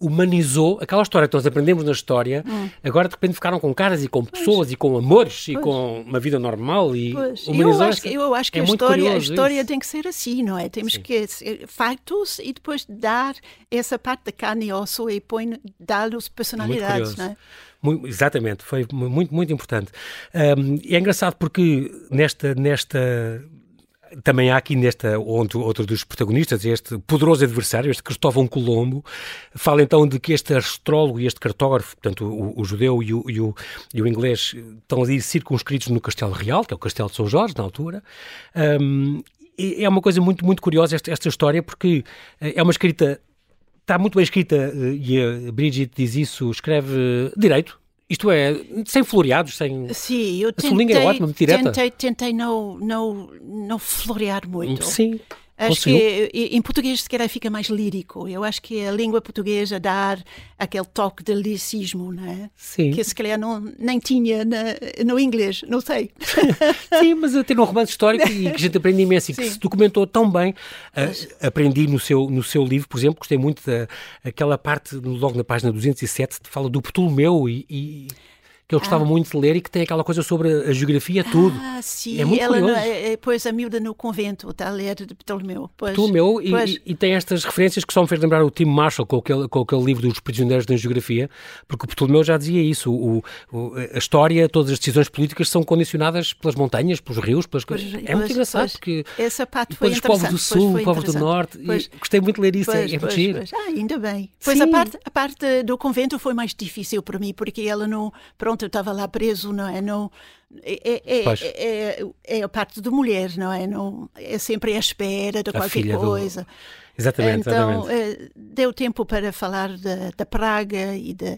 Speaker 1: humanizou aquela história que nós aprendemos na história,
Speaker 2: Hum.
Speaker 1: agora de repente ficaram com caras e com pessoas e com amores e com uma vida normal e
Speaker 2: Pois, eu
Speaker 1: humanizou
Speaker 2: acho,
Speaker 1: essa-
Speaker 2: que- eu acho que
Speaker 1: é
Speaker 2: a,
Speaker 1: muito
Speaker 2: história, a
Speaker 1: curioso
Speaker 2: história
Speaker 1: isso.
Speaker 2: tem que ser assim, não é? Temos
Speaker 1: Sim.
Speaker 2: que ser factos e depois dar essa parte da carne e osso e põe- dar-lhes
Speaker 1: Muito
Speaker 2: personalidades,
Speaker 1: curioso.
Speaker 2: não é?
Speaker 1: Mu- exatamente, foi mu- muito, muito importante. Ahm, e é engraçado porque nesta, nesta também há aqui nesta outro, outro dos protagonistas, este poderoso adversário, este Cristóvão Colombo, fala então de que este astrólogo e este cartógrafo, portanto o, o judeu e o, e o- e o inglês estão ali circunscritos no Castelo Real, que é o Castelo de São Jorge, na altura, Ahm, e é uma coisa muito, muito curiosa esta, esta história, porque eh, é uma escrita Está muito bem escrita, eh, e a Bridget diz isso, escreve eh, direito. Isto é, sem floreados, sem.
Speaker 2: Sim, eu
Speaker 1: sua língua é
Speaker 2: tentei,
Speaker 1: ótima, muito direta.
Speaker 2: tentei, tentei não, não, não florear muito.
Speaker 1: Sim.
Speaker 2: Acho
Speaker 1: conseguiu.
Speaker 2: que é e- em português se calhar fica mais lírico. Eu acho que a língua portuguesa dá aquele toque de lyricismo, né?
Speaker 1: Sim.
Speaker 2: Que se calhar não, nem tinha na- no inglês,
Speaker 1: *laughs*
Speaker 2: não sei.
Speaker 1: Sim, mas a ter um romance histórico e que a gente aprende imenso e que
Speaker 2: Sim.
Speaker 1: se documentou tão bem. Ah, aprendi no seu, no seu livro, por exemplo, gostei muito daquela parte, no- logo na página 207, que fala do Ptolomeu e, e que eu gostava muito de ler e que tem aquela coisa sobre a geografia, tudo.
Speaker 2: Ah, sim,
Speaker 1: É muito
Speaker 2: ela não-
Speaker 1: curioso.
Speaker 2: é- é- pois a miúda no convento, está a ler de Ptolomeu. Pois,
Speaker 1: Ptolomeu e,
Speaker 2: pois.
Speaker 1: e- e tem estas referências que só me fez lembrar o Tim Marshall com aquele, com aquele livro dos prisioneiros da geografia, porque o Ptolomeu já dizia isso, o- o- a história, todas as decisões políticas são condicionadas pelas montanhas, pelos rios, pelas
Speaker 2: Pois,
Speaker 1: coisas. É
Speaker 2: pois,
Speaker 1: muito engraçado
Speaker 2: pois.
Speaker 1: porque
Speaker 2: Essa parte foi
Speaker 1: depois os povos
Speaker 2: interessante.
Speaker 1: do
Speaker 2: pois
Speaker 1: sul,
Speaker 2: foi
Speaker 1: o povo do
Speaker 2: interessante.
Speaker 1: norte, e
Speaker 2: Pois.
Speaker 1: gostei muito de ler isso, é-
Speaker 2: Pois,
Speaker 1: é muito
Speaker 2: pois,
Speaker 1: giro.
Speaker 2: pois. Ah, ainda bem. Pois a
Speaker 1: Sim.
Speaker 2: parte, a parte eh, do convento foi mais difícil para mim, porque ela não. Pronto, eu estava lá preso, não é? Não, é, é,
Speaker 1: Pois.
Speaker 2: é, é- é a parte de mulher, não é? Não, é sempre à espera de
Speaker 1: A
Speaker 2: qualquer
Speaker 1: filha do-
Speaker 2: coisa.
Speaker 1: Exatamente,
Speaker 2: Então,
Speaker 1: exatamente.
Speaker 2: eh, deu tempo para falar da, da praga e, de,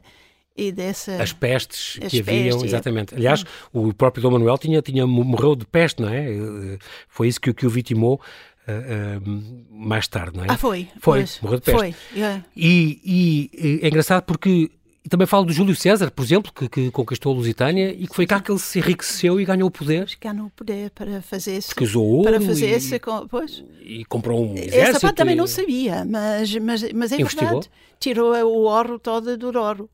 Speaker 2: e dessa.
Speaker 1: As pestes
Speaker 2: é, As
Speaker 1: que haviam,
Speaker 2: pestes, é. Hum.
Speaker 1: exatamente. Aliás, o próprio Dom Manuel tinha, tinha, morreu de peste, não é? Eh, Foi isso que, o- que o vitimou eh, eh, mais tarde, não é?
Speaker 2: Ah, foi?
Speaker 1: Foi,
Speaker 2: pois,
Speaker 1: morreu de peste.
Speaker 2: Foi, é. yeah.
Speaker 1: E, e, eh, é engraçado porque também falo do Júlio César, por exemplo, que, que conquistou a Lusitânia e que foi cá que ele se enriqueceu e ganhou o poder.
Speaker 2: Cá não poder para fazer isso.
Speaker 1: Porque usou ouro
Speaker 2: Para fazer
Speaker 1: e,
Speaker 2: esse. com- Pois.
Speaker 1: e comprou um exército.
Speaker 2: Essa parte também
Speaker 1: e-
Speaker 2: não sabia, mas, mas, mas é
Speaker 1: Investigou?
Speaker 2: verdade. Tirou o ouro todo do ouro.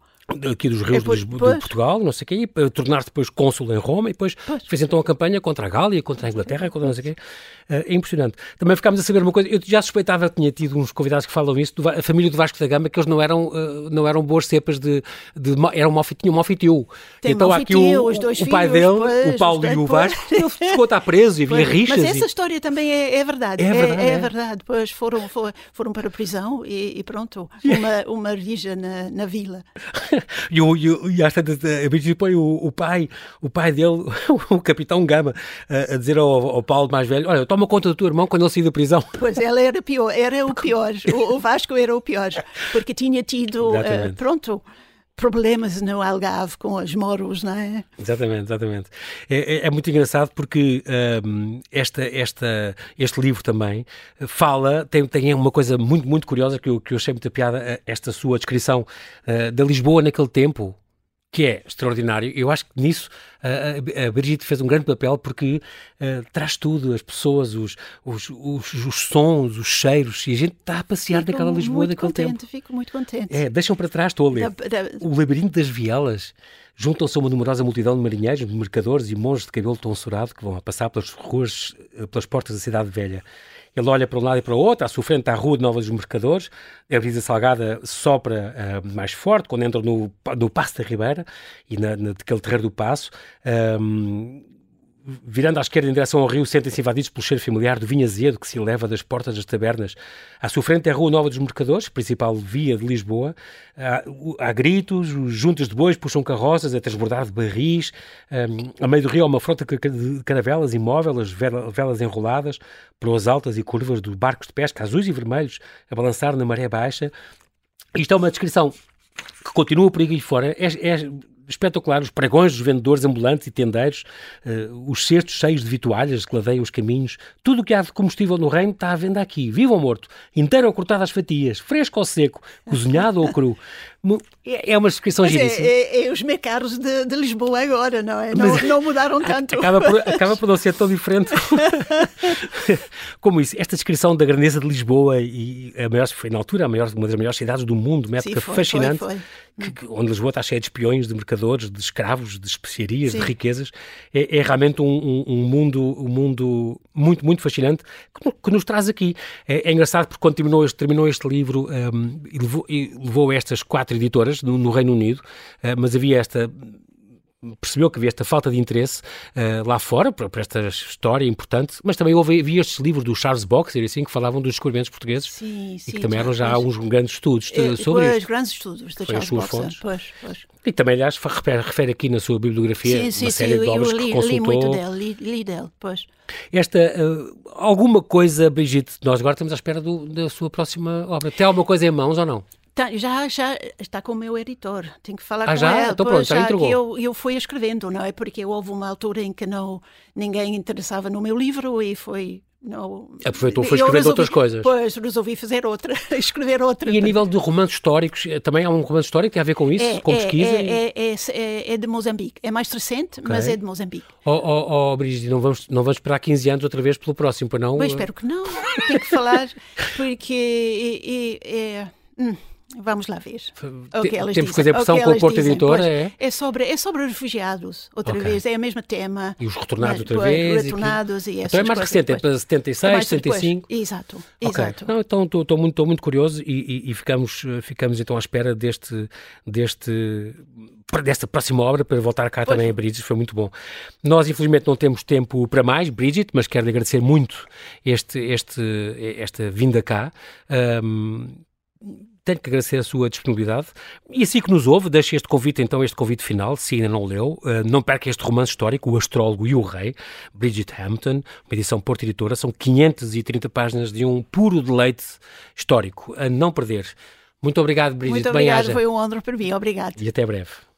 Speaker 1: Aqui dos rios
Speaker 2: É, pois,
Speaker 1: de, Lisbo- de
Speaker 2: pois.
Speaker 1: Portugal, não sei o quê, e eh, tornar-se depois cônsul em Roma e depois fez então a campanha contra a Gália, contra a Inglaterra, contra não sei o quê. Eh, É impressionante. Também ficámos a saber uma coisa, eu já suspeitava que tinha tido uns convidados que falam isso, do Va- a família do Vasco da Gama, que eles não eram, eh, não eram boas cepas de... de um ma- eram malfi- tinham malfitio.
Speaker 2: Tem
Speaker 1: então há aqui o,
Speaker 2: malfitio, os dois
Speaker 1: o pai
Speaker 2: filhos,
Speaker 1: dele,
Speaker 2: pois,
Speaker 1: o Paulo
Speaker 2: os
Speaker 1: e
Speaker 2: dois-
Speaker 1: o
Speaker 2: pois.
Speaker 1: Vasco, ele chegou a estar preso e havia
Speaker 2: Pois,
Speaker 1: rixas.
Speaker 2: Mas
Speaker 1: e-
Speaker 2: essa história também é, é verdade.
Speaker 1: É verdade, é.
Speaker 2: verdade. Pois foram, fo- foram para a prisão e, e pronto. Uma, uma rija na, na vila.
Speaker 1: E, o, e, o- e às tantas, eh, a Bridget põe o, o pai, o pai dele, *laughs* o capitão Gama, a, a dizer ao, ao Paulo mais velho: Olha, toma conta do teu irmão quando ele sair da prisão.
Speaker 2: Pois ela era pior, era o pior. O, o Vasco era o pior. Porque tinha tido, eh,
Speaker 1: Exatamente.
Speaker 2: pronto, problemas no Algarve com os moros, não é?
Speaker 1: Exatamente, exatamente. É, é- é muito engraçado porque hum, esta, esta, este livro também fala, tem, tem uma coisa muito, muito curiosa que eu, que eu achei muita piada, eh, esta sua descrição eh, da Lisboa naquele tempo, que é extraordinário. Eu acho que nisso eh, a, a Brigitte fez um grande papel porque eh, traz tudo, as pessoas, os, os, os, os sons, os cheiros, e a gente está a passear
Speaker 2: Fico
Speaker 1: naquela Lisboa
Speaker 2: muito
Speaker 1: daquele
Speaker 2: contente,
Speaker 1: tempo.
Speaker 2: Fico muito contente.
Speaker 1: É, deixam para trás, estou a ler.
Speaker 2: Da- da-
Speaker 1: O labirinto das vielas. Juntam-se a uma numerosa multidão de marinheiros, mercadores e monges de cabelo tonsurado que vão a passar pelas ruas, eh, pelas portas da cidade velha. Ele olha para um lado e para o outro, à sua frente está a Rua de Nova dos Mercadores, a brisa salgada sopra eh, mais forte quando entra no, pa- no Passo da Ribeira e na, na, naquele terreiro do Passo. Ehm, Ahm, Virando à esquerda em direção ao rio, sentem-se invadidos pelo cheiro familiar do vinho azedo que se eleva das portas das tabernas. À sua frente é a Rua Nova dos Mercadores, principal via de Lisboa. Há, o- há gritos, os juntas de bois puxam carroças a transbordar de barris. Hum, a meio do rio há uma frota ca- ca- de caravelas imóvel, as vela- velas enroladas, pelas altas e curvas dos barcos de pesca azuis e vermelhos a balançar na maré baixa. Isto é uma descrição que continua por aí fora. É, é espetacular. Os pregões dos vendedores ambulantes e tendeiros, eh, os cestos cheios de vitualhas que ladeiam os caminhos, tudo o que há de combustível no reino
Speaker 2: *laughs*
Speaker 1: está à venda aqui, vivo ou morto, inteiro ou cortado às fatias, fresco ou seco, cozinhado ou cru. mu- É é uma descrição
Speaker 2: Mas é,
Speaker 1: giríssima.
Speaker 2: é- é os mecaros de, de Lisboa agora, não é? Não, não mudaram tanto.
Speaker 1: Acaba
Speaker 2: *laughs*
Speaker 1: por, acaba por não ser tão diferente como isso. Esta descrição da grandeza de Lisboa e a maior, foi na altura a maior, uma das maiores cidades do mundo, uma
Speaker 2: Sim,
Speaker 1: época
Speaker 2: foi,
Speaker 1: fascinante,
Speaker 2: foi,
Speaker 1: que- que- onde Lisboa está cheia de espiões, de mercadores, de escravos, de especiarias, de
Speaker 2: Sim.
Speaker 1: riquezas. É, é realmente um, um- um mundo, um mundo muito, muito fascinante que, no- que nos traz aqui. É, é engraçado porque quando terminou este, terminou este livro hum, e levou, e levou estas quatro editoras no, no Reino Unido, eh, mas havia esta percebeu que havia esta falta de interesse eh, lá fora por, por esta história importante, mas também houve, havia estes livros do Charles Boxer e assim que falavam dos descobrimentos portugueses
Speaker 2: Sim,
Speaker 1: e
Speaker 2: sim,
Speaker 1: que também eram já
Speaker 2: pois.
Speaker 1: alguns grandes estudos de-
Speaker 2: Eh,
Speaker 1: sobre
Speaker 2: pois,
Speaker 1: isto.
Speaker 2: grandes estudos da
Speaker 1: Foi as
Speaker 2: Charles
Speaker 1: suas
Speaker 2: Boxer.
Speaker 1: fontes.
Speaker 2: Pois, pois.
Speaker 1: E também, aliás, fa- refere, refere aqui na sua bibliografia
Speaker 2: Sim,
Speaker 1: é uma
Speaker 2: sim, sim,
Speaker 1: série
Speaker 2: eu,
Speaker 1: de
Speaker 2: eu
Speaker 1: obras que
Speaker 2: li, li
Speaker 1: consultou.
Speaker 2: muito dele, li, li dele, pois.
Speaker 1: Esta, eh, alguma coisa, Brigitte, nós agora estamos à espera do- da sua próxima obra. Tem alguma coisa em mãos ou não?
Speaker 2: Tá, já, já está com o meu editor, tenho que falar
Speaker 1: Ah,
Speaker 2: com
Speaker 1: já?
Speaker 2: ele.
Speaker 1: Então pronto,
Speaker 2: pois,
Speaker 1: já entregou.
Speaker 2: que eu, eu fui escrevendo, não é? Porque houve uma altura em que não, ninguém interessava no meu livro e foi... Não,
Speaker 1: Aproveitou, foi
Speaker 2: eu
Speaker 1: escrevendo
Speaker 2: resolvi-
Speaker 1: outras coisas.
Speaker 2: Pois, resolvi fazer outra, *laughs* escrever outra.
Speaker 1: E a nível de romances históricos, eh, também há um romance histórico que tem a ver com isso,
Speaker 2: é,
Speaker 1: com
Speaker 2: é,
Speaker 1: pesquisa?
Speaker 2: é,
Speaker 1: e-
Speaker 2: é, é- é de Moçambique. É mais recente, mas é de Moçambique.
Speaker 1: Oh, oh, oh Brigitte, não vamos, não vamos esperar 15 anos outra vez pelo próximo, para não?
Speaker 2: Bem,
Speaker 1: eh,
Speaker 2: espero que não. Tenho que falar, porque e- e- é- hum, vamos lá ver. o que
Speaker 1: Te- temos
Speaker 2: elas
Speaker 1: que
Speaker 2: dizem,
Speaker 1: fazer
Speaker 2: o
Speaker 1: pressão
Speaker 2: que
Speaker 1: com a
Speaker 2: elas
Speaker 1: Porta
Speaker 2: dizem,
Speaker 1: Editora,
Speaker 2: pois.
Speaker 1: é?
Speaker 2: sobre, é sobre os refugiados, outra
Speaker 1: Ok.
Speaker 2: vez, é o mesmo tema.
Speaker 1: E os retornados
Speaker 2: Mas,
Speaker 1: outra
Speaker 2: pois,
Speaker 1: vez e aquilo.
Speaker 2: Retornados e
Speaker 1: Então é
Speaker 2: essas
Speaker 1: mais
Speaker 2: coisas,
Speaker 1: recente, é
Speaker 2: pois.
Speaker 1: para 76,
Speaker 2: mais depois.
Speaker 1: 75?
Speaker 2: Exato,
Speaker 1: Ok.
Speaker 2: exato.
Speaker 1: Não, então estou estou muito, estou muito curioso e, e- e ficamos, eh, ficamos então à espera deste, deste, desta próxima obra para voltar cá também a Bridget, foi muito bom. Nós infelizmente não temos tempo para mais, Bridget, mas quero lhe agradecer muito este, este, esta vinda cá. Ahm, tenho que agradecer a sua disponibilidade. E assim que nos ouve, deixo este convite, então, este convite final, se ainda não leu. Eh, não perca este romance histórico, O Astrólogo e o Rei, Bridget Hampton, uma edição Porto Editora. São 530 páginas de um puro deleite histórico, a não perder. Muito obrigado, Bridget.
Speaker 2: Muito obrigada,
Speaker 1: Bem-aja.
Speaker 2: foi um honra para mim. Obrigada.
Speaker 1: E até breve.